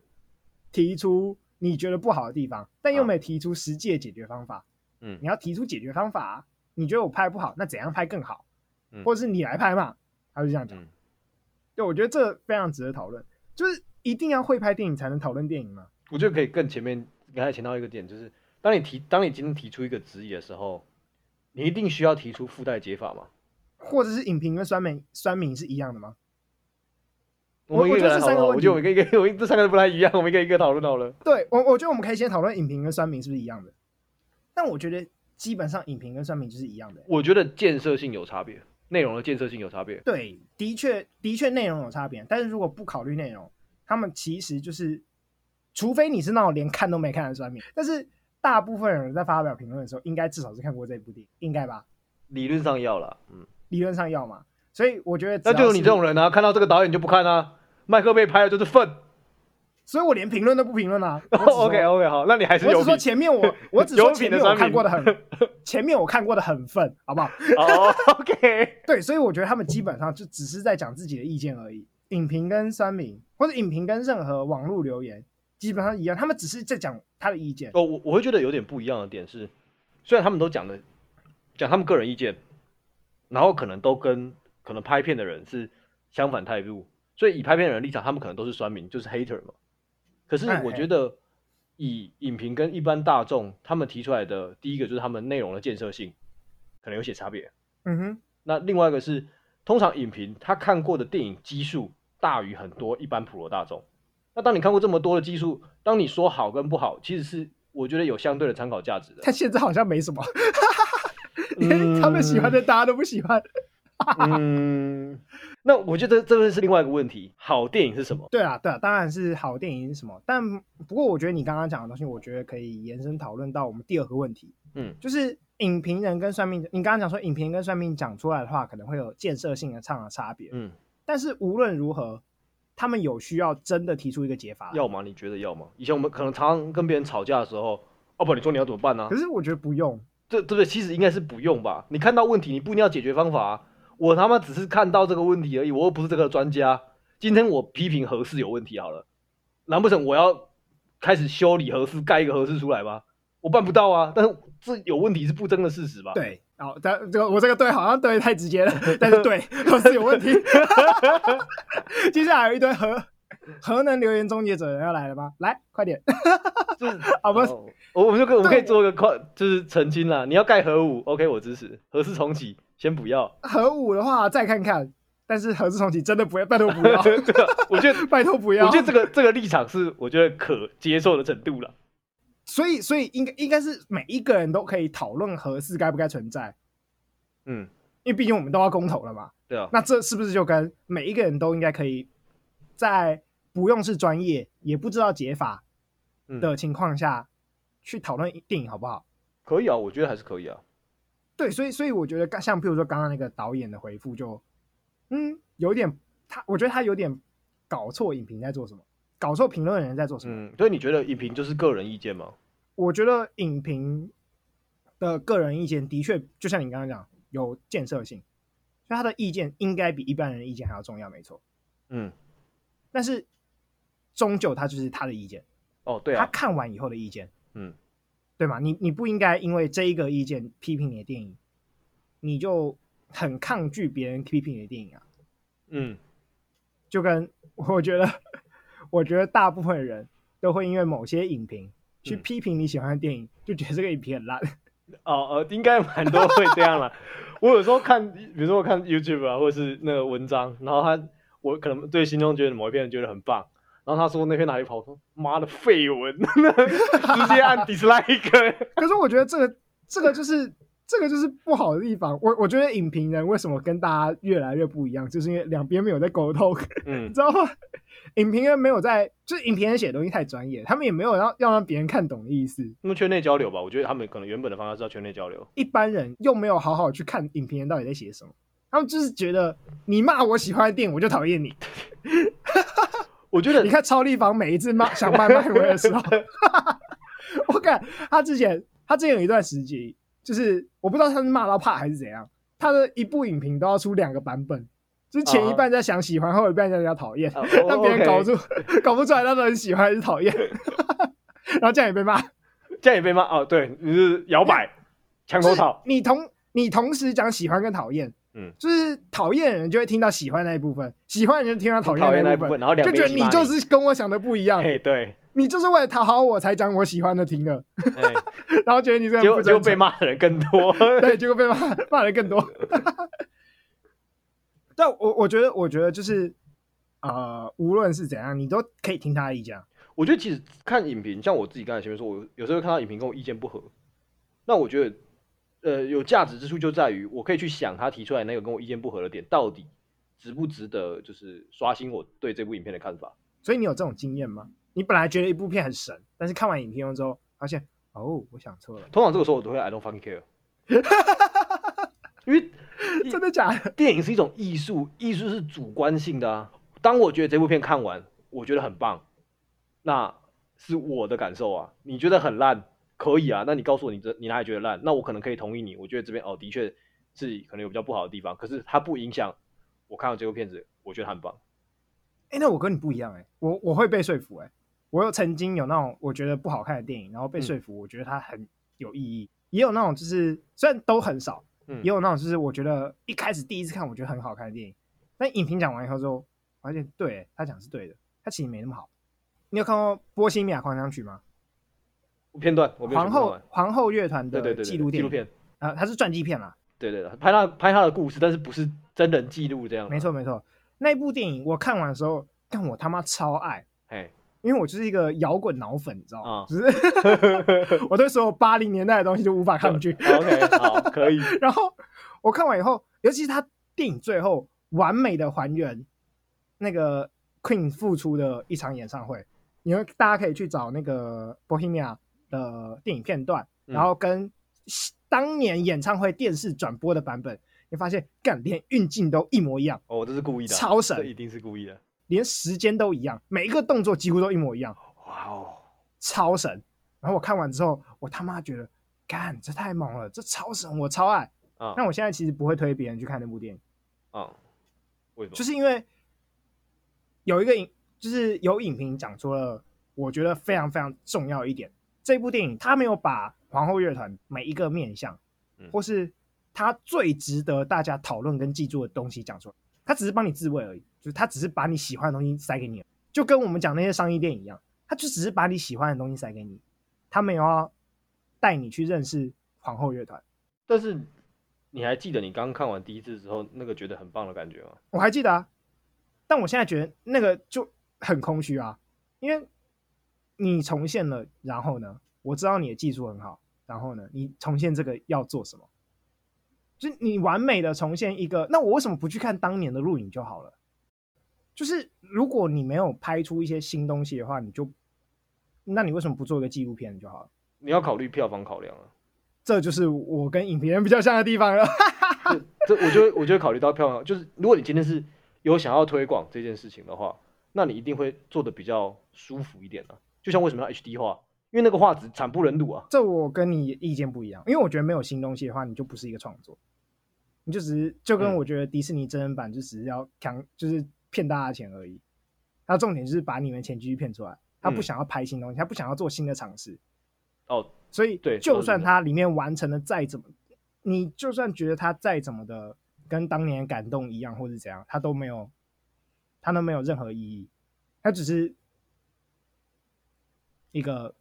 S1: 提出你觉得不好的地方，但又没提出实际的解决方法。
S2: 啊嗯
S1: 你要提出解决方法啊，你觉得我拍不好，那怎样拍更好？
S2: 嗯
S1: 或者是你来拍嘛？他就这样讲。
S2: 嗯
S1: 对，我觉得这非常值得讨论，就是一定要会拍电影才能讨论电影嘛。
S2: 我觉得可以更前面刚才前到一个点，就是当你提当你今天提出一个质疑的时候，你一定需要提出附带解法嘛。
S1: 或者是影评跟酸民酸民是一样的吗？我
S2: 我们一个一
S1: 我觉得
S2: 个
S1: 这
S2: 来讨
S1: 三
S2: 论
S1: 个
S2: 好了，
S1: 问
S2: 我
S1: 题
S2: 觉得我们一个一个，我这三个不太一样，我们一个一个讨论好了。
S1: 对我，我觉得我们可以先讨论影评跟酸民是不是一样的。但我觉得基本上影评跟酸民就是一样的、欸
S2: 我觉得建设性有差别，内容的建设性有差别。
S1: 对，的确的确内容有差别，但是如果不考虑内容，他们其实就是，除非你是那种连看都没看的酸民，但是大部分人在发表评论的时候，应该至少是看过这部电影，应该吧？
S2: 理论上要啦，嗯，
S1: 理论上要嘛，所以我觉得
S2: 那
S1: 只
S2: 就
S1: 要
S2: 有你
S1: 是
S2: 这种，人啊，看到这个导演就不看啊，麦克被拍了就是愤。
S1: 所以我连评论都不评论啦、我只说
S2: 哦 OK OK，好，那你还是
S1: 我
S2: 有
S1: 只说
S2: 品。
S1: 前面我，我只
S2: 有
S1: 说
S2: 品
S1: 前
S2: 的
S1: 面我
S2: 酸
S1: 看
S2: 民
S1: 过的很， 前面我看过的很愤，好不好？
S2: 哦，OK，
S1: 对，所以我觉得他们基本上就只是在讲自己的意见而已。影评跟酸民，或者影评跟任何网络留言基本上一样，他们只是在讲他的意见。
S2: 哦，我我会觉得有点不一样的点是，虽然他们都讲的讲他们个人意见，然后可能都跟可能拍片的人是相反态度，所以以拍片的人立场，他们可能都是酸民，就是 hater 嘛。可是
S1: 哎
S2: 我
S1: 哎
S2: 觉得以影评跟一般大众他们提出来的，第一个就是他们内容的建设性可能有些差别，
S1: 嗯哼，
S2: 那另外一个是，通常影评他看过的电影基数大于很多一般普罗大众。那当你看过这么多的基数，当你说好跟不好，其实是我觉得有相对的参考价值的。
S1: 但现在好像没什么，
S2: 嗯
S1: 他们喜欢的大家都不喜欢。
S2: 嗯， 那我觉得这个是另外一个问题，好电影是什么？
S1: 对啊，对啊，当然是好电影是什么，但不过我觉得你刚刚讲的东西，我觉得可以延伸讨论到我们第二个问题，
S2: 嗯，
S1: 就是影评人跟算命，你刚刚讲说影评跟算命讲出来的话，可能会有建设性的上的差别，
S2: 嗯，
S1: 但是无论如何，他们有需要真的提出一个解法来。
S2: 要吗？你觉得要吗？以前我们可能常常跟别人吵架的时候，哦不，你说你要怎么办呢、
S1: 可是我觉得不用，
S2: 这对不对？其实应该是不用吧。你看到问题，你不一定要解决方法啊、我他妈只是看到这个问题而已，我又不是这个专家。今天我批评合适有问题好了，难不成我要开始修理合适，盖一个合适出来吗？我办不到啊。但是这有问题是不争的事实吧？
S1: 对，哦，但这个我这个对好像对太直接了，但是 对都是有问题。 接下来有一堆核核能留言终结者要来了吗？来，快点！
S2: 就是
S1: 啊不是
S2: 哦我我们就可以我们可以
S1: 对
S2: 做一个快，就是澄清啦。你要盖核武，OK，我支持。核适重启，先不要。
S1: 核武的话再看看，但是核子重启真的不要，拜托不 要，
S2: 对啊我觉 得，
S1: 拜托不要。
S2: 我觉得这个这个立场是我觉得可接受的程度了。
S1: 所以所以应该应该是每一个人都可以讨论核四该不该存在，
S2: 嗯，
S1: 因为毕竟我们都要公投了嘛。
S2: 对啊。
S1: 那这是不是就跟每一个人都应该可以在不用是专业，也不知道解法
S2: 嗯
S1: 的情况下、去讨论电影好不好？
S2: 可以啊，我觉得还是可以啊。
S1: 对，所以所以我觉得刚像譬如说刚刚那个导演的回复就，嗯，有点他，我觉得他有点搞错影评在做什么，搞错
S2: 嗯
S1: 评论人在做什么。
S2: 嗯，所以你觉得影评就是个人意见吗？
S1: 我觉得影评的个人意见的确，就像你刚刚讲，有建设性，所以他的意见应该比一般人的意见还要重要，没错。
S2: 嗯，
S1: 但是终究他就是他的意见，
S2: 哦，对
S1: 他
S2: 啊，
S1: 看完以后的意见，
S2: 嗯，
S1: 对吗？你你不应该因为这一个意见批评你的电影，你就很抗拒别人批评你的电影啊。
S2: 嗯，
S1: 就跟我觉得， 我觉得大部分人都会因为某些影评去
S2: 嗯
S1: 批评你喜欢的电影，就觉得这个影评很烂。
S2: 哦呃，应该蛮多会这 样啦。我有时候看，比如说我看 YouTube 啊，或者是那个文章，然后他我可能对心中觉得某一篇人觉得很棒，然后他说那篇哪里不好，我说妈的废文， 直接按 dislike。
S1: 可是我觉得这个这个就是这个就是不好的地方。我我觉得影评人为什么跟大家越来越不一样，就是因为两边没有在沟通，你
S2: 嗯
S1: 知道吗？ 影评人没有在，就是影评人写的东西太专业，他们也没有要要让别人看懂的意思。
S2: 那么圈内交流吧，我觉得他们可能原本的方向是要圈内交流。
S1: 一般人又没有好好去看影评人到底在写什么，他们就是觉得你骂我喜欢的电影，我就讨厌你。
S2: 我觉得
S1: 你看超立方每一次骂想卖漫威的时候， 我看他之前他之前有一段时期，就是我不知道他是骂到怕还是怎样，他的一部影评都要出两个版本，就是前一半在想喜欢，后一半在想讨厌
S2: 啊，哦
S1: 让别人
S2: OK
S1: 搞不出搞不出来他到底喜欢还是讨 厌，然后这样也被骂。
S2: 这样也被骂哦，对，你是摇摆、墙头草，
S1: 你同你同时讲喜欢跟讨厌，
S2: 嗯
S1: 就是讨厌的人就会听到喜欢那一部分，喜欢的人就听到讨
S2: 讨
S1: 厌
S2: 厌
S1: 那
S2: 那一
S1: 一
S2: 部
S1: 部
S2: 分，
S1: 分，
S2: 然后两
S1: 就
S2: 边
S1: 觉得
S2: 一起
S1: 你
S2: 骂
S1: 就是跟我想的不一样。
S2: 哎对，
S1: 你就是为了讨好我才讲我喜欢的听了，
S2: 哎，
S1: 然后觉得你这
S2: 结
S1: 个
S2: 果
S1: 不
S2: 结
S1: 真
S2: 果被
S1: 诚，
S2: 骂的人更 多。
S1: 对，结果被骂骂的更 多。但我我觉得，我觉得就是呃，无论是怎样，你都可以听他的意见啊。
S2: 我觉得其实看影评，像我自己刚才前面说，我有时候会看到影评跟我意见不合，那我觉得，呃，有价值之处就在于我可以去想他提出来那个跟我意见不合的点到底值不值得，就是刷新我对这部影片的看法。
S1: 所以你有这种经验吗？你本来觉得一部片很神，但是看完影片之后发现，哦，我想错了，
S2: 通常这个时候我都会 I don't fucking care，因为嗯
S1: 真的假的？
S2: 电影是一种艺术，艺术是主观性的啊。当我觉得这部片看完，我觉得很棒，那是我的感受啊。你觉得很烂，可以啊。那你告诉我你这你哪里觉得烂，那我可能可以同意你。我觉得这边哦，的确是可能有比较不好的地方，可是它不影响我看到这部片子，我觉得它很棒。
S1: 哎、那我跟你不一样哎、我我会被说服哎、我有曾经有那种我觉得不好看的电影，然后被
S2: 嗯
S1: 说服，我觉得它很有意义。也有那种就是虽然都很少，
S2: 嗯
S1: 也，有那种就是我觉得一开始第一次看我觉得很好看的电影，但影评讲完以后之后，发现对欸他讲是对的，他其实没那么好。你有看过《波西米亚狂想曲》吗？
S2: 片段我没有
S1: 皇
S2: 全部看
S1: 后
S2: 完。
S1: 皇后乐团
S2: 对对
S1: 的
S2: 对对
S1: 纪
S2: 纪
S1: 录电
S2: 录
S1: 影
S2: 片，
S1: 啊，它是传记片啦，
S2: 对对对，拍他拍他的故事，但是不是真人记录这样、啊
S1: 没，错没错。那部电影我看完的时候，但我他妈超爱，
S2: 哎，
S1: 因为我就是一个摇滚脑粉，你知道吗
S2: 啊？
S1: 就是 我对所有八零年代的东西就无法 抗 拒。
S2: 哦 OK，好，可以，
S1: 然后我看完以后，尤其是他电影最后完美的还原那个 Queen 复出的一场演唱会，你们大家可以去找那个 Bohemia 的电影片段，
S2: 嗯
S1: 然后跟当年演唱会电视转播的版本，你发现干连运镜都一模一样，
S2: 哦，这是故意的啊，
S1: 超神
S2: 这一定是故意的，
S1: 连时间都一样，每一个动作几乎都一模一样，
S2: 哇哦。
S1: 超神。然后我看完之后，我他妈觉得干这太猛了，这超神，我超爱。
S2: 啊
S1: 但我现在其实不会推别人去看那部电影。
S2: 啊，为什么？
S1: 就是因为有一个影，就是有影评讲出了我觉得非常非常重要一点，这部电影它没有把皇后乐团每一个面向
S2: 嗯，
S1: 或是它最值得大家讨论跟记住的东西讲出来，它只是帮你自慰而已，就是它只是把你喜欢的东西塞给你，就跟我们讲那些商业电影一样，它就只是把你喜欢的东西塞给你，它没有要带你去认识皇后乐团。
S2: 但是你还记得你刚看完第一次之后那个觉得很棒的感觉吗？
S1: 我还记得啊，但我现在觉得那个就很空虚啊，因为你重现了，然后呢，我知道你的技术很好，然后呢，你重现这个要做什么？就是你完美的重现一个，那我为什么不去看当年的录影就好了？就是如果你没有拍出一些新东西的话，你就，那你为什么不做一个纪录片就好了？
S2: 你要考虑票房考量啊，
S1: 这就是我跟影评人比较像的地方了。
S2: 这我就会我就会考虑到票房，就是如果你今天是有想要推广这件事情的话，那你一定会做的比较舒服一点啊。就像为什么要 HD 化，因为那个画质惨不忍睹啊。
S1: 这我跟你意见不一样，因为我觉得没有新东西的话，你就不是一个创作，你就只是就跟
S2: 嗯
S1: 我觉得迪士尼真人版就只是要强，就是骗大家钱而已。他重点就是把你们钱继续骗出来，他不
S2: 嗯
S1: 想要拍新东西，他不想要做新的尝试，
S2: 哦，
S1: 所以
S2: 对说
S1: 就
S2: 得
S1: 算
S2: 是
S1: 它里面完成的再怎么，你就算觉得它再怎么的跟当年感动一样，或是怎样，它都没有，它都没有任何意义，它只是一个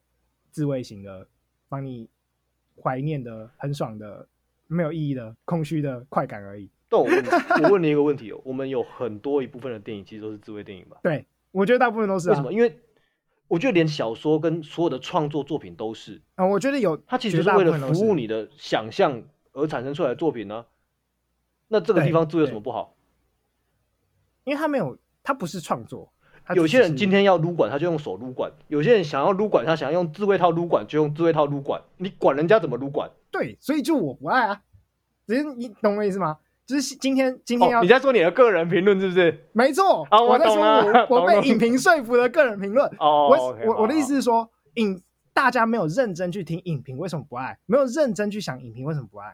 S1: 自慰型的，帮你怀念的、很爽的、没有意义的、空虚的快感而已。
S2: 但我问你我问你一个问题哦，我们有很多一部分的电影其实都是自慰电影吧？
S1: 对我觉得大部分都是、啊、
S2: 为什么？因为我觉得连小说跟所有的创作作品都是，
S1: 啊、我觉得有，
S2: 它其实
S1: 绝
S2: 就是
S1: 大
S2: 为
S1: 部分
S2: 了
S1: 都
S2: 服务
S1: 是
S2: 你的想象而产生出来的作品呢、那这个
S1: 对
S2: 地方自慰有什
S1: 对
S2: 么不好？
S1: 因为它没有，它不是创作。它
S2: 有
S1: 只
S2: 些人
S1: 是
S2: 今天要撸管，他就用手撸管；有些人想要撸管，他想要用自慰套撸管，就用自慰套撸管。你管人家怎么撸管？
S1: 对，所以就我不爱啊。只是你懂我意思吗？就是今天今天要、
S2: 哦，你在说你的个人评论是不是？
S1: 没错，
S2: 啊
S1: 我
S2: 我
S1: 在
S2: 懂
S1: 说
S2: 了
S1: 我我
S2: 懂
S1: 被
S2: 了
S1: 影评说服的个人评论。
S2: 哦，
S1: 我
S2: OK，
S1: 我我的
S2: 好
S1: 意思，是说，影大家没有认真去听影评，为什么不爱？没有认真去想影评，为什么不爱？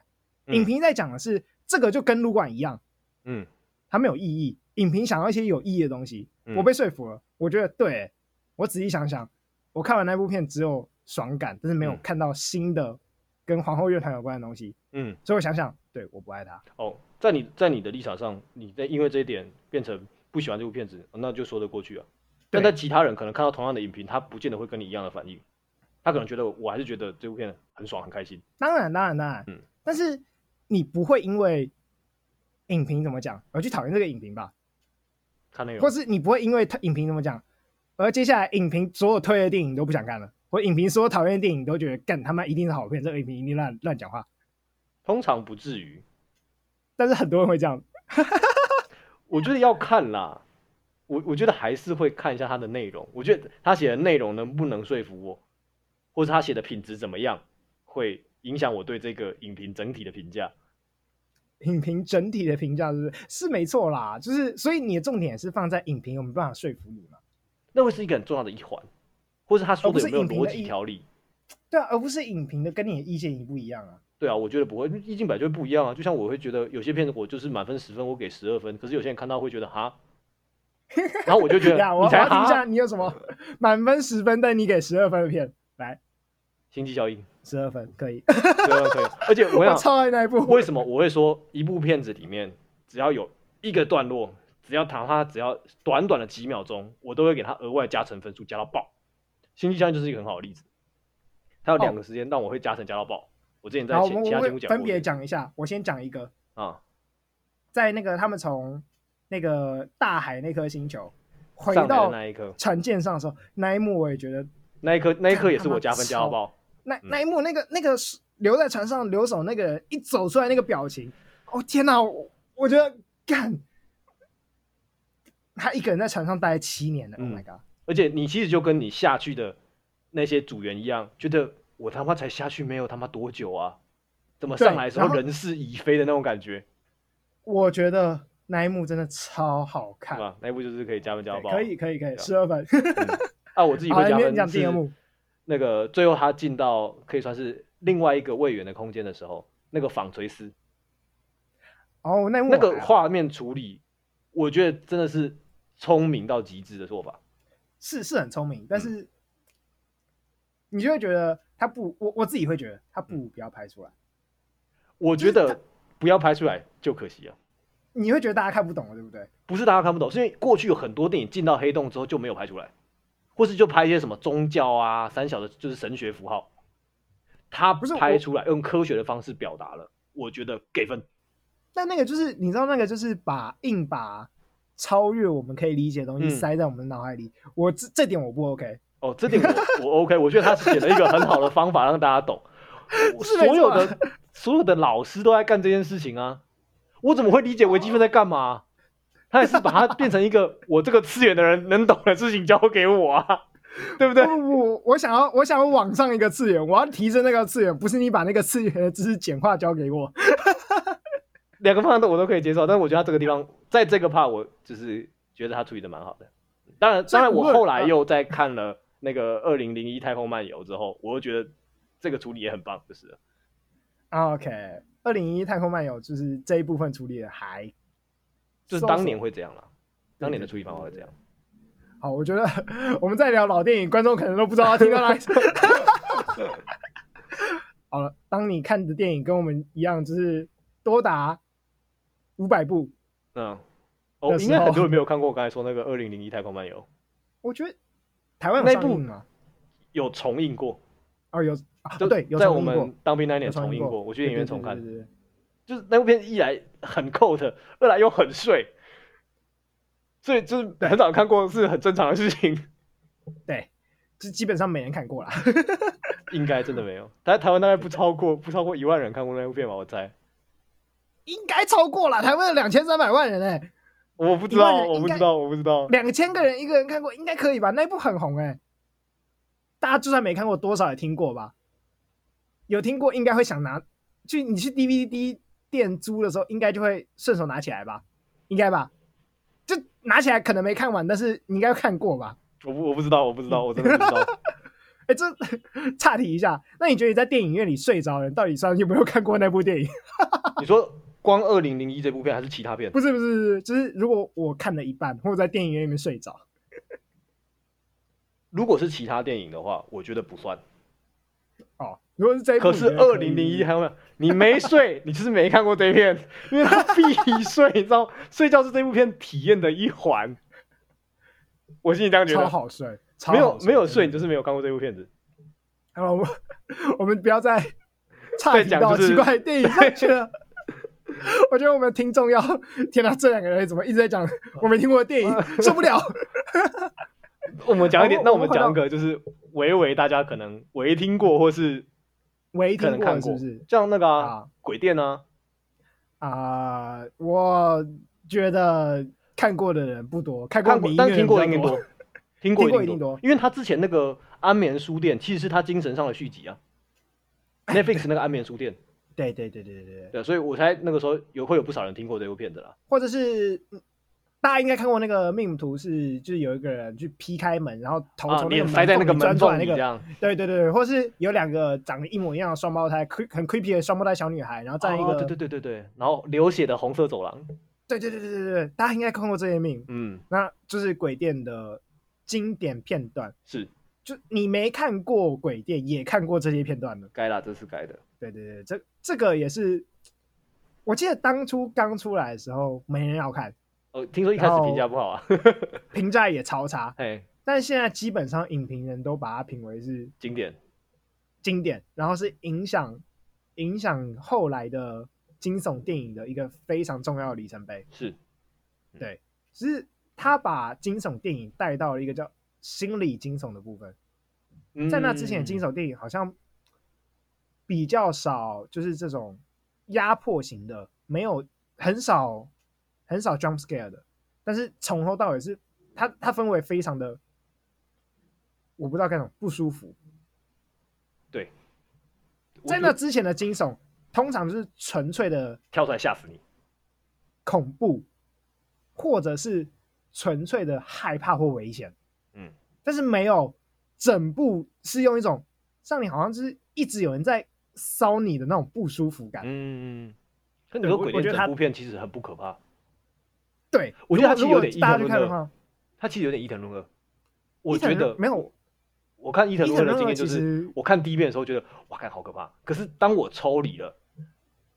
S2: 嗯
S1: 影评在讲的是这个就跟撸管一样，
S2: 嗯，
S1: 它没有意义。影评想要一些有意义的东西，
S2: 嗯
S1: 我被说服了。我觉得对，我仔细想想，我看完那部片只有爽感，但是没有
S2: 嗯
S1: 看到新的跟皇后乐团有关的东西，
S2: 嗯，
S1: 所以我想想，对，我不爱它。
S2: 哦，在你在你的立场上，你在因为这一点变成不喜欢这部片子，哦那就说得过去啊。但
S1: 对
S2: 在其他人可能看到同样的影评，他不见得会跟你一样的反应，他可能觉得我还是觉得这部片很爽很开心。
S1: 当然，当然，当然，
S2: 嗯
S1: 但是你不会因为影评怎么讲而去讨厌这个影评吧？
S2: 看那个
S1: 或是你不会因为它影评怎么讲，而接下来影评所有推的电影都不想看了，或影评所有讨厌的电影都觉得干他妈一定是好片，这个影评一定乱乱讲话。
S2: 通常不至于，
S1: 但是很多人会这样，
S2: 我觉得要看啦。我我觉得还是会看一下他的内容，我觉得他写的内容能不能说服我，或者他写的品质怎么样，会影响我对这个影评整体的评价。
S1: 影评整体的评价是不是是没错啦，就是所以你的重点是放在影评有没有办法说服你嘛？
S2: 那会是一个很重要的一环，或是他说
S1: 哦而不
S2: 的
S1: 是
S2: 有没
S1: 影评
S2: 有
S1: 的
S2: 逻
S1: 意
S2: 辑条理？
S1: 对啊，而不是影评的跟你的意见一不一样啊。
S2: 对啊，我觉得不会，意境本来就不一样啊。就像我会觉得有些片子我就是满分十分，我给十二分，可是有些人看到会觉得哈， 然后我就觉得
S1: 呀，我
S2: 啊你
S1: 我要
S2: 才
S1: 听一下
S2: 哈，
S1: 你有什么满分十分，但你给十二分的片，来
S2: 星际效应，
S1: 十二分可以。
S2: 对啊，可以。而且我
S1: 我
S2: 想，
S1: 超爱那一部。
S2: 为什么我会说一部片子里面只要有一个段落，只要哪怕只要短短的几秒钟，我都会给它额外加成分数，加到爆。星际效应就是一个很好的例子，它有两个时间让我会加成加到爆。我之前在
S1: 然后我
S2: 前
S1: 们
S2: 其他
S1: 我
S2: 节目
S1: 会
S2: 讲
S1: 分
S2: 过
S1: 别讲一下，我先讲一个，
S2: 啊，
S1: 在那个他们从那个大海那颗星球回
S2: 上来
S1: 到
S2: 的那一刻，
S1: 船舰上的时候，那一幕我也觉得，
S2: 那一刻那一刻也是我加
S1: 干他
S2: 分
S1: 妈
S2: 加到爆。
S1: 那那一幕那个那个留在船上留守那个人一走出来那个表情，哦天哪，我我觉得干，他一个人在船上待了七年了、
S2: 嗯
S1: o h my god，
S2: 而且你其实就跟你下去的那些组员一样，觉得我他妈才下去没有他妈多久啊，怎么上来的时
S1: 对
S2: 候
S1: 然后
S2: 人事已非的那种感觉，
S1: 我觉得那一幕真的超好看
S2: 是，吧？那一部就是可以加分加到
S1: 对
S2: 爆。
S1: 可以可以可以，
S2: 对啊
S1: 十二分。
S2: 啊，我自 己
S1: 好，
S2: 会
S1: 来
S2: 加
S1: 你
S2: 分
S1: 讲第二
S2: 是
S1: 幕，
S2: 那个最后他进到可以算是另外一个位元的空间的时候，那个纺锤丝
S1: 哦，那一幕
S2: 那
S1: 我
S2: 个
S1: 还好
S2: 画面处理，我觉得真的是聪明到极致的做法。
S1: 是是很聪明，
S2: 嗯
S1: 但是你就会觉得他不，我我自己会觉得他不
S2: 嗯
S1: 如不要拍出来，
S2: 我觉得不要拍出来就可惜了。啊
S1: 你会觉得大家看不懂了，对不对？
S2: 不是大家看不懂，是因为过去有很多电影进到黑洞之后就没有拍出来，或是就拍一些什么宗教啊、三小的，就是神学符号，他
S1: 不是我
S2: 拍出来用科学的方式表达了，我觉得给分。
S1: 但那个就是你知道，那个就是把硬把超越我们可以理解的东西
S2: 嗯
S1: 塞在我们的脑海里，我这这点我不 OK。
S2: 哦，这点我我 OK，我觉得他写了一个很好的方法让大家懂。我
S1: 是没错啊
S2: 所有的所有的老师都在干这件事情啊，我怎么会理解微积分在干嘛？他也是把它变成一个我这个次元的人能懂的事情交给我啊，对不对？
S1: 不不不，我想要我想要往上一个次元，我要提升那个次元，不是你把那个次元的知识简化交给我。
S2: 两个方向都我都可以接受，但是我觉得他这个地方，在这个 part 我就是觉得他处理的蛮好的。当然，
S1: 所以
S2: 当然
S1: 无
S2: 我
S1: 论嗯
S2: 后来又再看了那个二零零一太空漫游之后，我又觉得这个处理也很棒，就是了
S1: 啊 OK，二零一太空漫游就是这一部分处理的还，
S2: 就是当年会这样啦，当年的处理方法会这样。
S1: 好，我觉得我们在聊老电影，观众可能都不知道要听到哪里。好了，当你看的电影跟我们一样，就是多达五百部，
S2: 嗯，
S1: 那
S2: 哦，
S1: 时
S2: 应该很
S1: 候
S2: 多人没有看过我刚才说那个二零零一太空漫游
S1: 我觉得台湾有
S2: 那
S1: 上
S2: 部
S1: 映吗？
S2: 有重映过，
S1: 哦，有啊，
S2: 就
S1: 对，有
S2: 在
S1: 上
S2: 我
S1: 映过
S2: 们，当兵那年
S1: 有上
S2: 重
S1: 映
S2: 映过，我去影院重看
S1: 对，对对对对
S2: 就是那部片一来很扣的，二来又很睡，所以就是很少看过是很正常的事情，
S1: 对，就基本上没人看过啦。
S2: 应该真的没有。但台湾大概不超过不超过一万人看过那部片吧，我猜。
S1: 应该超过了，台湾有两千三百万人哎、
S2: 我不知
S1: 一万
S2: 道，
S1: 人
S2: 我
S1: 应
S2: 不
S1: 该
S2: 知道，我不知道。
S1: 两千个人一个人看过，应该可以吧？那一部很红哎、大家就算没看过，多少也听过吧？有听过，应该会想拿去你去 DVD 店租的时候，应该就会顺手拿起来吧？应该吧？就拿起来可能没看完，但是你应该看过吧？
S2: 我不我不知道，我不知道，我真的不知道。
S1: 哎、这 岔题一下，那你觉得你在电影院里睡着的人，到底算有没有看过那部电影？
S2: 你说光二零零一这部片还是其他片？
S1: 不是不是不是，就是如果我看了一半，或者在电影院里面睡着，
S2: 如果是其他电影的话，我觉得不算。
S1: 哦，如果是这一部，
S2: 可是
S1: 你觉得
S2: 二
S1: 可以
S2: 零零一还有没有？你没睡，你就是没看过这一片，因为它必睡，你知道，睡觉是这部片体验的一环。我心里这样觉
S1: 超
S2: 得，
S1: 好睡，超
S2: 没有
S1: 好
S2: 没有睡，你
S1: 真的
S2: 就是没有看过这部片子。
S1: 好了，我们我们不要再岔
S2: 再
S1: 题
S2: 讲
S1: 到
S2: 就是
S1: 奇怪的电影上去了。我觉得我们听众要，天哪，这两个人怎么一直在讲我没听过的电 影，受不了。
S2: 我们讲一点，
S1: 好
S2: 那
S1: 我
S2: 我
S1: 我们
S2: 们
S1: 回
S2: 讲
S1: 到
S2: 一个，就是唯唯大家可能唯听过或是
S1: 唯听
S2: 可能
S1: 过
S2: 看
S1: 的是
S2: 过
S1: 不是，
S2: 像那个啊
S1: 啊
S2: 鬼店啊，
S1: 啊、我觉得看过的人不多，看
S2: 看
S1: 过
S2: 过
S1: 迷
S2: 但
S1: 的
S2: 听
S1: 人
S2: 过一
S1: 比
S2: 定
S1: 较
S2: 多
S1: 多。，
S2: 听过
S1: 听过
S2: 一
S1: 一定
S2: 多
S1: 多，
S2: 因为他之前那个《安眠书店》其实是他精神上的续 集啊，Netflix 那个《安眠书店》，
S1: 对对对对对对，
S2: 对，所以我猜那个时候有会有不少人听过这部片子啦。
S1: 或者是嗯大家应该看过那个 meme 图是，就是有一个人去劈开门，然后头
S2: 啊，
S1: 哦从那
S2: 脸
S1: 个
S2: 塞在那
S1: 缝
S2: 个
S1: 里钻
S2: 门
S1: 出来
S2: 缝
S1: 那
S2: 里
S1: 个
S2: 这，样，
S1: 对对对，或是有两个长得一模一样的双胞胎，creep- 很 creepy 的双胞胎小女孩，然后在一个、
S2: 哦对对对对对，然后流血的红色走廊，
S1: 对对对对对对，大家应该看过这些命，
S2: 嗯，
S1: 那就是鬼店的经典片段。
S2: 是
S1: 就你没看过鬼店，也看过这些片段了。
S2: 该啦，这是该的，
S1: 对对对，这这个也是，我记得当初刚出来的时候没人要看，
S2: 哦，听说一开始
S1: 然后
S2: 评价不好啊，
S1: 评价也超差，
S2: 哎，
S1: 但现在基本上影评人都把它评为是
S2: 经典，
S1: 经典，然后是影响影响后来的惊悚电影的一个非常重要的里程碑。
S2: 是
S1: 只是他把惊悚电影带到了一个叫心理惊悚的部分，在那之前，惊
S2: 嗯
S1: 悚电影好像比较少，就是这种压迫型的，没有很少很少 jump scare 的。但是从头到尾是它它氛围非常的，我不知道该怎么不舒服。
S2: 对，我
S1: 在
S2: 就
S1: 那之前的惊悚，通常就是纯粹的
S2: 跳出来吓死你，
S1: 恐怖，或者是纯粹的害怕或危险。
S2: 嗯，
S1: 但是没有整部是用一种让你好像就是一直有人在骚你的那种不舒服感。
S2: 嗯，可你
S1: 对
S2: 说
S1: 我
S2: 鬼
S1: 我觉
S2: 店
S1: 得
S2: 整
S1: 它
S2: 部片其实很不可怕，
S1: 对，
S2: 我觉得它其
S1: 如
S2: 实
S1: 果如
S2: 有点
S1: 果
S2: 伊
S1: 大
S2: 藤
S1: 家去看
S2: 润
S1: 的
S2: 二，
S1: 话，
S2: 它其实有点伊藤润二，我
S1: 伊藤
S2: 觉
S1: 润
S2: 得
S1: 没有，
S2: 我看伊藤
S1: 伊
S2: 润
S1: 藤润
S2: 二的经
S1: 二
S2: 验就
S1: 其
S2: 是
S1: 实，
S2: 我看第一遍的时候觉得哇，看好可怕，可是当我抽离了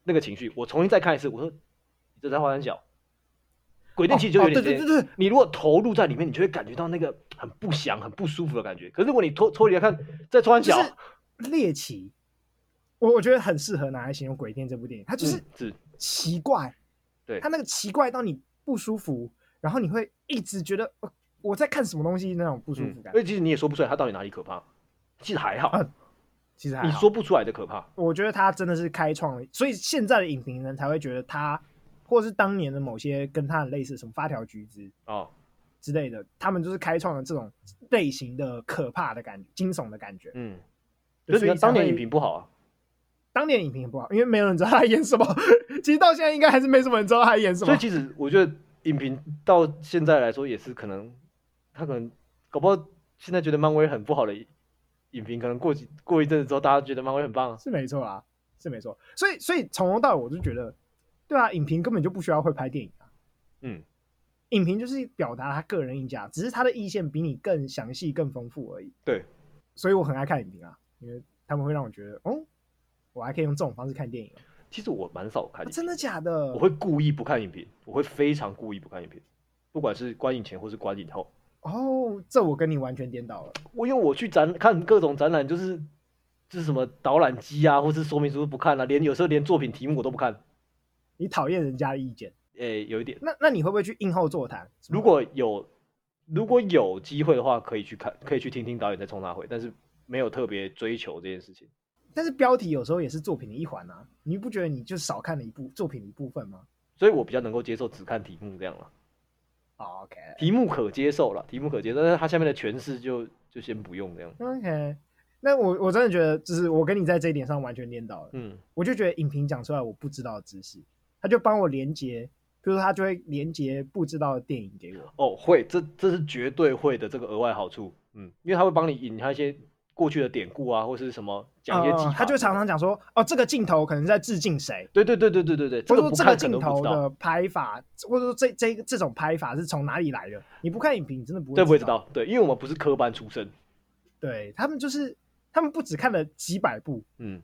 S2: 那个情绪，我重新再看一次，我说你这在花三角。鬼店其实就
S1: 哦
S2: 有
S1: 哦
S2: 点、
S1: 对对对对，
S2: 你如果投入在里面，你就会感觉到那个很不祥、很不舒服的感觉。可是如果你脱脱离来看，在穿
S1: 就
S2: 小，
S1: 是猎奇。我我觉得很适合拿来形容《鬼店》这部电影，它就是
S2: 嗯是
S1: 奇怪，
S2: 对
S1: 它那个奇怪到你不舒服，然后你会一直觉得呃我在看什么东西那种不舒
S2: 嗯
S1: 服感
S2: 因。为其实你也说不出来它到底哪里可怕，其实还好，
S1: 啊其实还
S2: 你
S1: 好
S2: 说不出来的可怕。
S1: 我觉得他真的是开创了，所以现在的影评人才会觉得他，或是当年的某些跟他很类似，什么发条橘子
S2: 哦，
S1: 之类的，他们就是开创了这种类型的可怕的感觉、惊悚的感觉。
S2: 嗯，
S1: 对
S2: 就是
S1: 所以
S2: 你当年
S1: 才会
S2: 影评不好啊，
S1: 当年影评也不好，因为没有人知道他演什么。 其实到现在应该还是没什么人知道他演什
S2: 所
S1: 么
S2: 以。其实我觉得影评到现在来说也是可能，他可能搞不好现在觉得漫威很不好的影评，可能过几过一阵子之后，大家觉得漫威很棒啊。
S1: 是没错啊，是没错。所以，所以从头到尾我就觉得，对啊，影评根本就不需要会拍电影啊。
S2: 嗯，
S1: 影评就是表达他个人意见啊，只是他的意见比你更详细、更丰富而已。
S2: 对，
S1: 所以我很爱看影评啊，因为他们会让我觉得，哦，我还可以用这种方式看电影哦、
S2: 其实我蛮少看
S1: 啊
S2: 影评，
S1: 真的假的？
S2: 我会故意不看影评，我会非常故意不看影评，不管是观影前或是观影后。
S1: 哦，这我跟你完全颠倒了。
S2: 我因为我去展看各种展览，就是就是什么导览机啊，或是说明书不看啊，连有时候连作品题目我都不看。
S1: 你讨厌人家的意见，
S2: 诶、有一点，
S1: 那那你会不会去映后座谈？什么
S2: 如果有如果有机会的话，可以去看，可以去听听导演在冲大会，但是没有特别追求这件事情。
S1: 但是标题有时候也是作品的一环啊，你不觉得你就少看了一部作品的一部分吗、
S2: 所以我比较能够接受只看题目这样了，
S1: o k
S2: 题目可接受了，题目可接受，但是它下面的诠释就就先不用这样。
S1: OK，那我我真的觉得，就是我跟你在这一点上完全颠倒了。
S2: 嗯，
S1: 我就觉得影评讲出来我不知道的知识，他就帮我连接，比如说他就会连接不知道的电影给我。
S2: 哦，会，这这是绝对会的这个额外好处，嗯，因为它会帮你引他一些过去的典故啊，或是什么讲一些技
S1: 呃
S2: 法，
S1: 他就常常讲说，哦，这个镜头可能在致敬谁，
S2: 对对对对对对对，
S1: 或者
S2: 个
S1: 说
S2: 不
S1: 这个
S2: 看可
S1: 镜
S2: 能不
S1: 头
S2: 知道，
S1: 的拍法，或者说这这这种拍法是从哪里来的？你不看影评，你真的不
S2: 对不
S1: 会
S2: 会知。道，对，因为我们不是科班出身，
S1: 对他们就是，他们不只看了几百部，
S2: 嗯，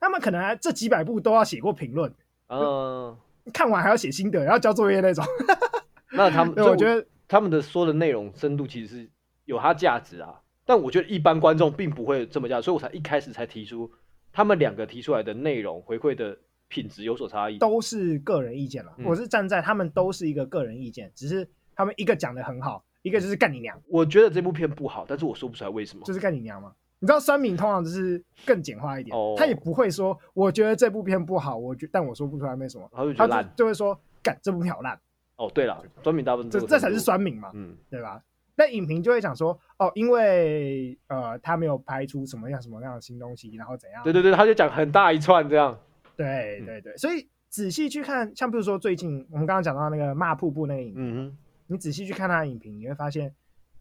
S1: 他们可能还这几百部都要写过评论，
S2: 呃，
S1: 看完还要写心得，然后交作业那种。
S2: 那他们，
S1: 对，
S2: 这
S1: 我觉得
S2: 他们的说的内容深度其实是有它价值啊，但我觉得一般观众并不会这么价值，所以我才一开始才提出他们两个提出来的内容回馈的品质有所差异。
S1: 都是个人意见了。
S2: 嗯
S1: 我是站在他们都是一个个人意见，只是他们一个讲的很好，一个就是干你娘，
S2: 我觉得这部片不好，但是我说不出来为什么
S1: 就。是干你娘嘛。你知道酸敏通常就是更简化一点，
S2: 哦
S1: 他也不会说我觉得这部片不好，我觉但我说不出来为什么，
S2: 然后就觉
S1: 他
S2: 得
S1: 就
S2: 烂。
S1: 就会说干这部片好烂，
S2: 哦，对了，专门大部分
S1: 这
S2: 都有
S1: 这才
S2: 程
S1: 是
S2: 度。
S1: 酸敏嘛，
S2: 嗯，
S1: 对吧？但影评就会讲说哦，因为呃他没有拍出什么样什么样的新东西，然后怎样
S2: 对对对，他就讲很大一串这样。
S1: 对
S2: 嗯
S1: 对对，所以仔细去看，像比如说最近我们刚刚讲到那个骂瀑布那个影片，
S2: 嗯
S1: 你仔细去看他的影评，你会发现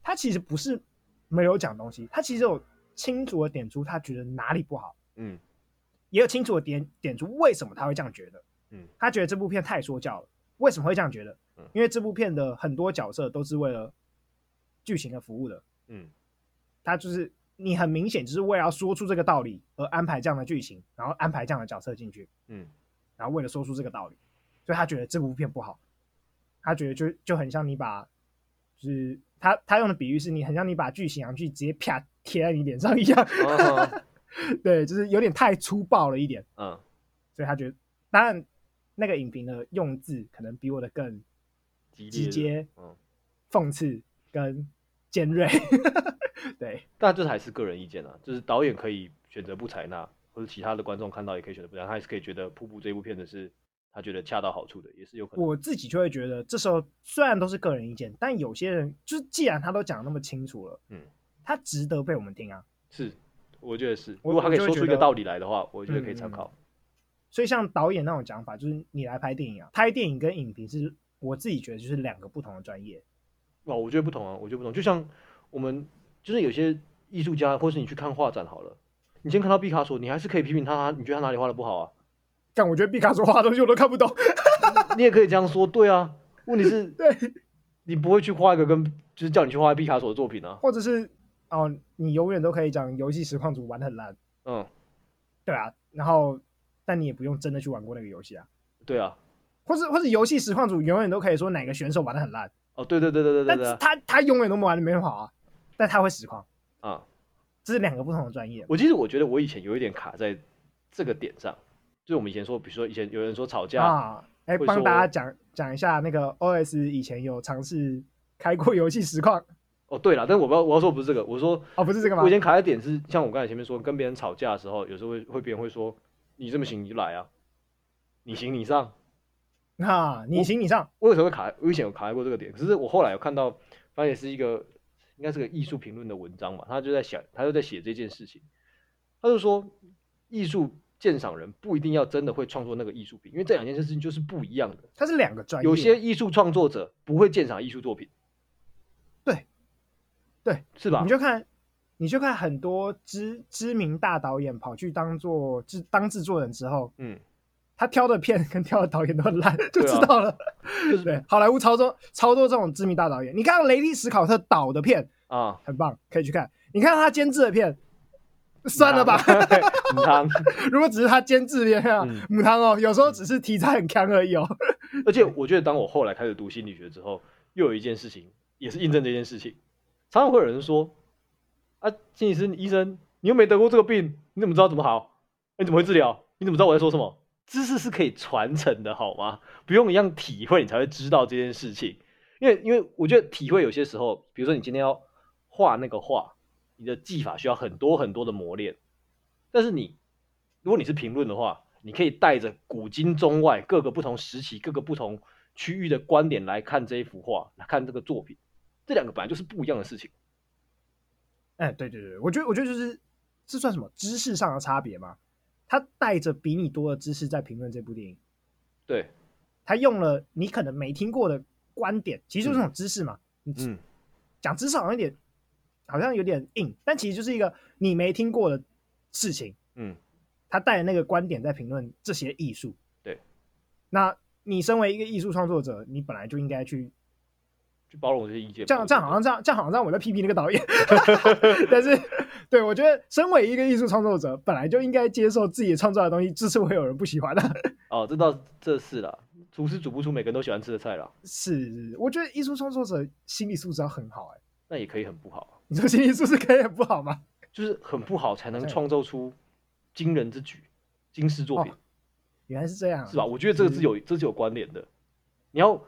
S1: 他其实不是没有讲东西，他其实有清楚的点出他觉得哪里不好，
S2: 哼嗯
S1: 也有清楚的点点出为什么他会这样觉得。
S2: 嗯，
S1: 他觉得这部片太说教了，为什么会这样觉得
S2: 嗯？
S1: 因为这部片的很多角色都是为了剧情而服务的，
S2: 嗯
S1: 他就是你很明显就是为了要说出这个道理而安排这样的剧情，然后安排这样的角色进去。
S2: 嗯
S1: 然后为了说出这个道理，所以他觉得这部片不好，他觉得就就很像你把，就是他他用的比喻是你很像你把巨型洋具直接啪贴在你脸上一样，
S2: 嗯，哦
S1: 对，就是有点太粗暴了一点，
S2: 嗯，
S1: 所以他觉得，当然那个影评的用字可能比我的更
S2: 激
S1: 直
S2: 烈
S1: 接
S2: 的。嗯，
S1: 讽刺跟尖锐， 对，
S2: 但这还是个人意见啊，就是导演可以选择不采纳，或者其他的观众看到也可以选择不采纳，他还是可以觉得《瀑布》这部片子是他觉得恰到好处的，也是有可能。
S1: 我自己就会觉得，这时候虽然都是个人意见，但有些人就是既然他都讲得那么清楚了，
S2: 嗯，
S1: 他值得被我们听啊，
S2: 是，我觉得是。
S1: 我
S2: 如果他可以
S1: 我就会
S2: 说出一
S1: 觉
S2: 个
S1: 得
S2: 道理来的话，我觉得可以参
S1: 嗯嗯
S2: 考。
S1: 所以像导演那种讲法，就是你来拍电影啊，拍电影跟影评是我自己觉得就是两个不同的专业。
S2: 哦，我觉得不同啊，我觉得不同。就像我们就是有些艺术家，或是你去看画展好了，你先看到毕卡索，你还是可以批评他，他你觉得他哪里画的不好啊？
S1: 但我觉得毕卡索画的东西我都看不懂。
S2: 你也可以这样说，对啊。问题是，
S1: 对，
S2: 你不会去画一个跟就是叫你去画毕卡索的作品啊。
S1: 或者是哦，你永远都可以讲游戏实况组玩得很烂，
S2: 嗯，
S1: 对啊，然后但你也不用真的去玩过那个游戏啊，
S2: 对啊。
S1: 或者或者游戏实况组永远都可以说哪个选手玩得很烂，
S2: 哦，对对对对对
S1: 但
S2: 对对
S1: 是
S2: 啊
S1: 他他永远都玩的没那么好啊，但他会实况，
S2: 啊！
S1: 这是两个不同的专业。
S2: 我其实我觉得我以前有一点卡在这个点上，就是我们以前说，比如说以前有人说吵架，
S1: 啊，哎，
S2: 会
S1: 帮
S2: 说
S1: 大家讲讲一下那个 OS 以前有尝试开过游戏实况
S2: 哦，对了，但是我不要我要说不是这个，我说
S1: 哦，不是这个吗
S2: 我以？前卡的点是，像我刚才前面说，跟别人吵架的时候，有时候会会别人会说，你这么行你就来啊，你行你上。
S1: 啊，
S2: 哦
S1: 你行你上，
S2: 我有时候会卡，我以前有卡过这个点，可是我后来有看到，反正也是一个应该是个艺术评论的文章吧，他就在想，他就在写这件事情，他就说，艺术鉴赏人不一定要真的会创作那个艺术品，因为这两件事情就是不一样的。
S1: 它是两个专业。
S2: 有些艺术创作者不会鉴赏艺术作品，
S1: 对，对，
S2: 是吧
S1: 你？就看，你就看很多知知名大导演跑去当做制当制作人之后，
S2: 嗯，
S1: 他挑的片跟挑的导演都很烂，就
S2: 对
S1: 知
S2: 啊
S1: 道了。
S2: 就是
S1: 对，好莱坞超多超多这种知名大导演。你看雷利·史考特导的片
S2: 啊，
S1: 很棒，可以去看。你看他监制的片，算了 吧。
S2: 母汤，
S1: 如果只是他监制片啊
S2: 嗯，
S1: 母汤哦，有时候只是题材很强而已哦。
S2: 而且我觉得，当我后来开始读心理学之后，又有一件事情，也是印证这件事情。常常会有人说：“啊，心理师、医生，你又没得过这个病，你怎么知道怎么好？你怎么会治疗？你怎么知道我在说什么？知识是可以传承的，好吗？不用一样体会，你才会知道这件事情。因为，因为我觉得体会有些时候，比如说你今天要画那个画，你的技法需要很多很多的磨练。但是你，如果你是评论的话，你可以带着古今中外各个不同时期、各个不同区域的观点来看这一幅画，来看这个作品，这两个本来就是不一样的事情。
S1: 哎，对对对，我觉得我觉得就是这算什么知识上的差别嘛？他带着比你多的知识在评论这部电影，
S2: 对，
S1: 他用了你可能没听过的观点，其实就是那种知识嘛。你
S2: 嗯，
S1: 讲知识好像有点好像有点硬，但其实就是一个你没听过的事情。
S2: 嗯，
S1: 他带着那个观点在评论这些艺术。
S2: 对，
S1: 那你身为一个艺术创作者，你本来就应该去
S2: 去包容这些意见。
S1: 这样，这样好像这样，这样好像让我在批评那个 导演。 但是，对我觉得身为一个艺术创作者，本来就应该接受自己创造的东西，就是会有人不喜欢的。
S2: 哦，这倒这是啦，厨师煮不出每个人都喜欢吃的菜啦，
S1: 是，我觉得艺术创作者心理素质要很好、哎，
S2: 那也可以很不好，
S1: 你说心理素质可以很不好吗？
S2: 就是很不好才能
S1: 对
S2: 创造出惊人之举、惊世作品。
S1: 哦原来是这样、啊，
S2: 是吧？？我觉得这个是有这是有关联的。你要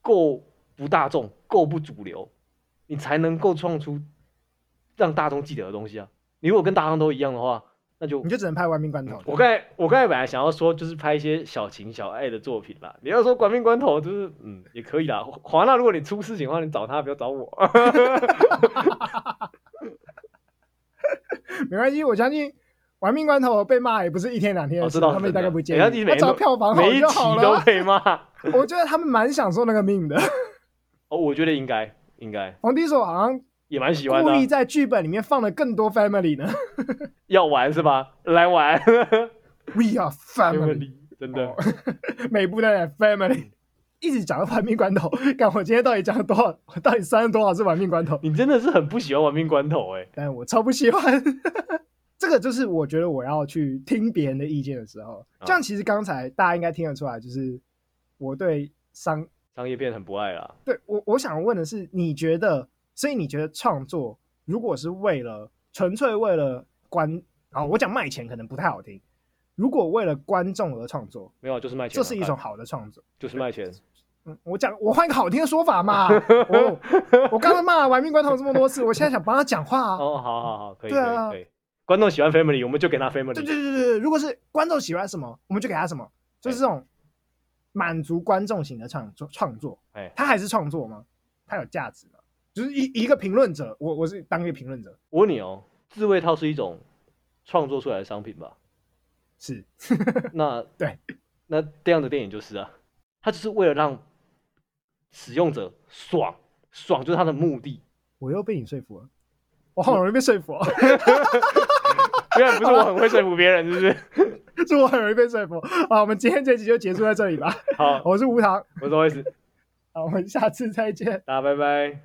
S2: 够不大众，够不主流，你才能够创出让大众记得的东西啊。你如果跟大众都一样的话，那就
S1: 你就只能拍《玩命关头》。
S2: 我刚才我刚才本来想要说，就是拍一些小情小爱的作品啦。你要说管命关头，就是嗯也可以啦。华纳，如果你出事情的话，你找他，不要找我。
S1: 没关系，我相信《玩命关头》被骂也不是一天两天
S2: 我
S1: 的
S2: 哦知
S1: 事，
S2: 道
S1: 他们大概不介
S2: 人家一
S1: 意。
S2: 每
S1: 他
S2: 天都
S1: 找票房好
S2: 每一
S1: 就
S2: 集
S1: 好
S2: 都
S1: 了。
S2: 被骂。
S1: 我觉得他们蛮享受那个命的。
S2: 哦，我觉得应该应该
S1: 皇帝手好像
S2: 也蛮喜欢
S1: 故
S2: 的啊、
S1: 意在剧本里面放了更多 family 呢。
S2: 要玩是吧？来玩，
S1: We are
S2: 没
S1: family，
S2: 问题真的。
S1: 哦每部都在 family，一直讲到玩命关头。看我今天到底讲了多少？我到底删了多少次玩命关头？
S2: 你真的是很不喜欢玩命关头哎、
S1: 但我超不喜欢。 这个就是我觉得我要去听别人的意见的时候，
S2: 啊
S1: 这样其实刚才大家应该听得出来，就是我对商
S2: 商业片很不爱啦。
S1: 对我，我想问的是，你觉得，所以你觉得创作如果是为了纯粹为了观啊、我讲卖钱可能不太好听，如果为了观众而创作，
S2: 没有啊，就是卖钱
S1: 这
S2: 啊，
S1: 是一种好的创作。
S2: 就是卖钱。
S1: 嗯，我讲我换一个好听的说法 嘛，我我刚才骂了玩命关头这么多次，我现在想帮他讲话啊。
S2: 哦，好好好，可以
S1: 对啊
S2: 可以可以。观众喜欢 Family，我们就给他
S1: 对
S2: Family。
S1: 对对对对，如果是观众喜欢什么，我们就给他什么，
S2: 哎
S1: 就是这种满足观众型的创作创作。
S2: 哎，
S1: 他还是创作吗？他有价值吗？就是一一个评论者，我我是当一个评论者，
S2: 我问你哦，自慰套是一种创作出来的 商品吧？
S1: 是
S2: 那
S1: 对，
S2: 那这样的电影就是啊，它就是为了让使用者爽，爽就是它的目的。
S1: 我又被你说服了，我好容易被说服哦，
S2: 虽然不是我很会说服别人，是不 是？
S1: 是我很容易被说服。哦好，我们今天这集就结束在这里吧。
S2: 好，
S1: 我是吴糖，
S2: 我是 OS，
S1: 好，我们下次再见。
S2: 大家拜拜。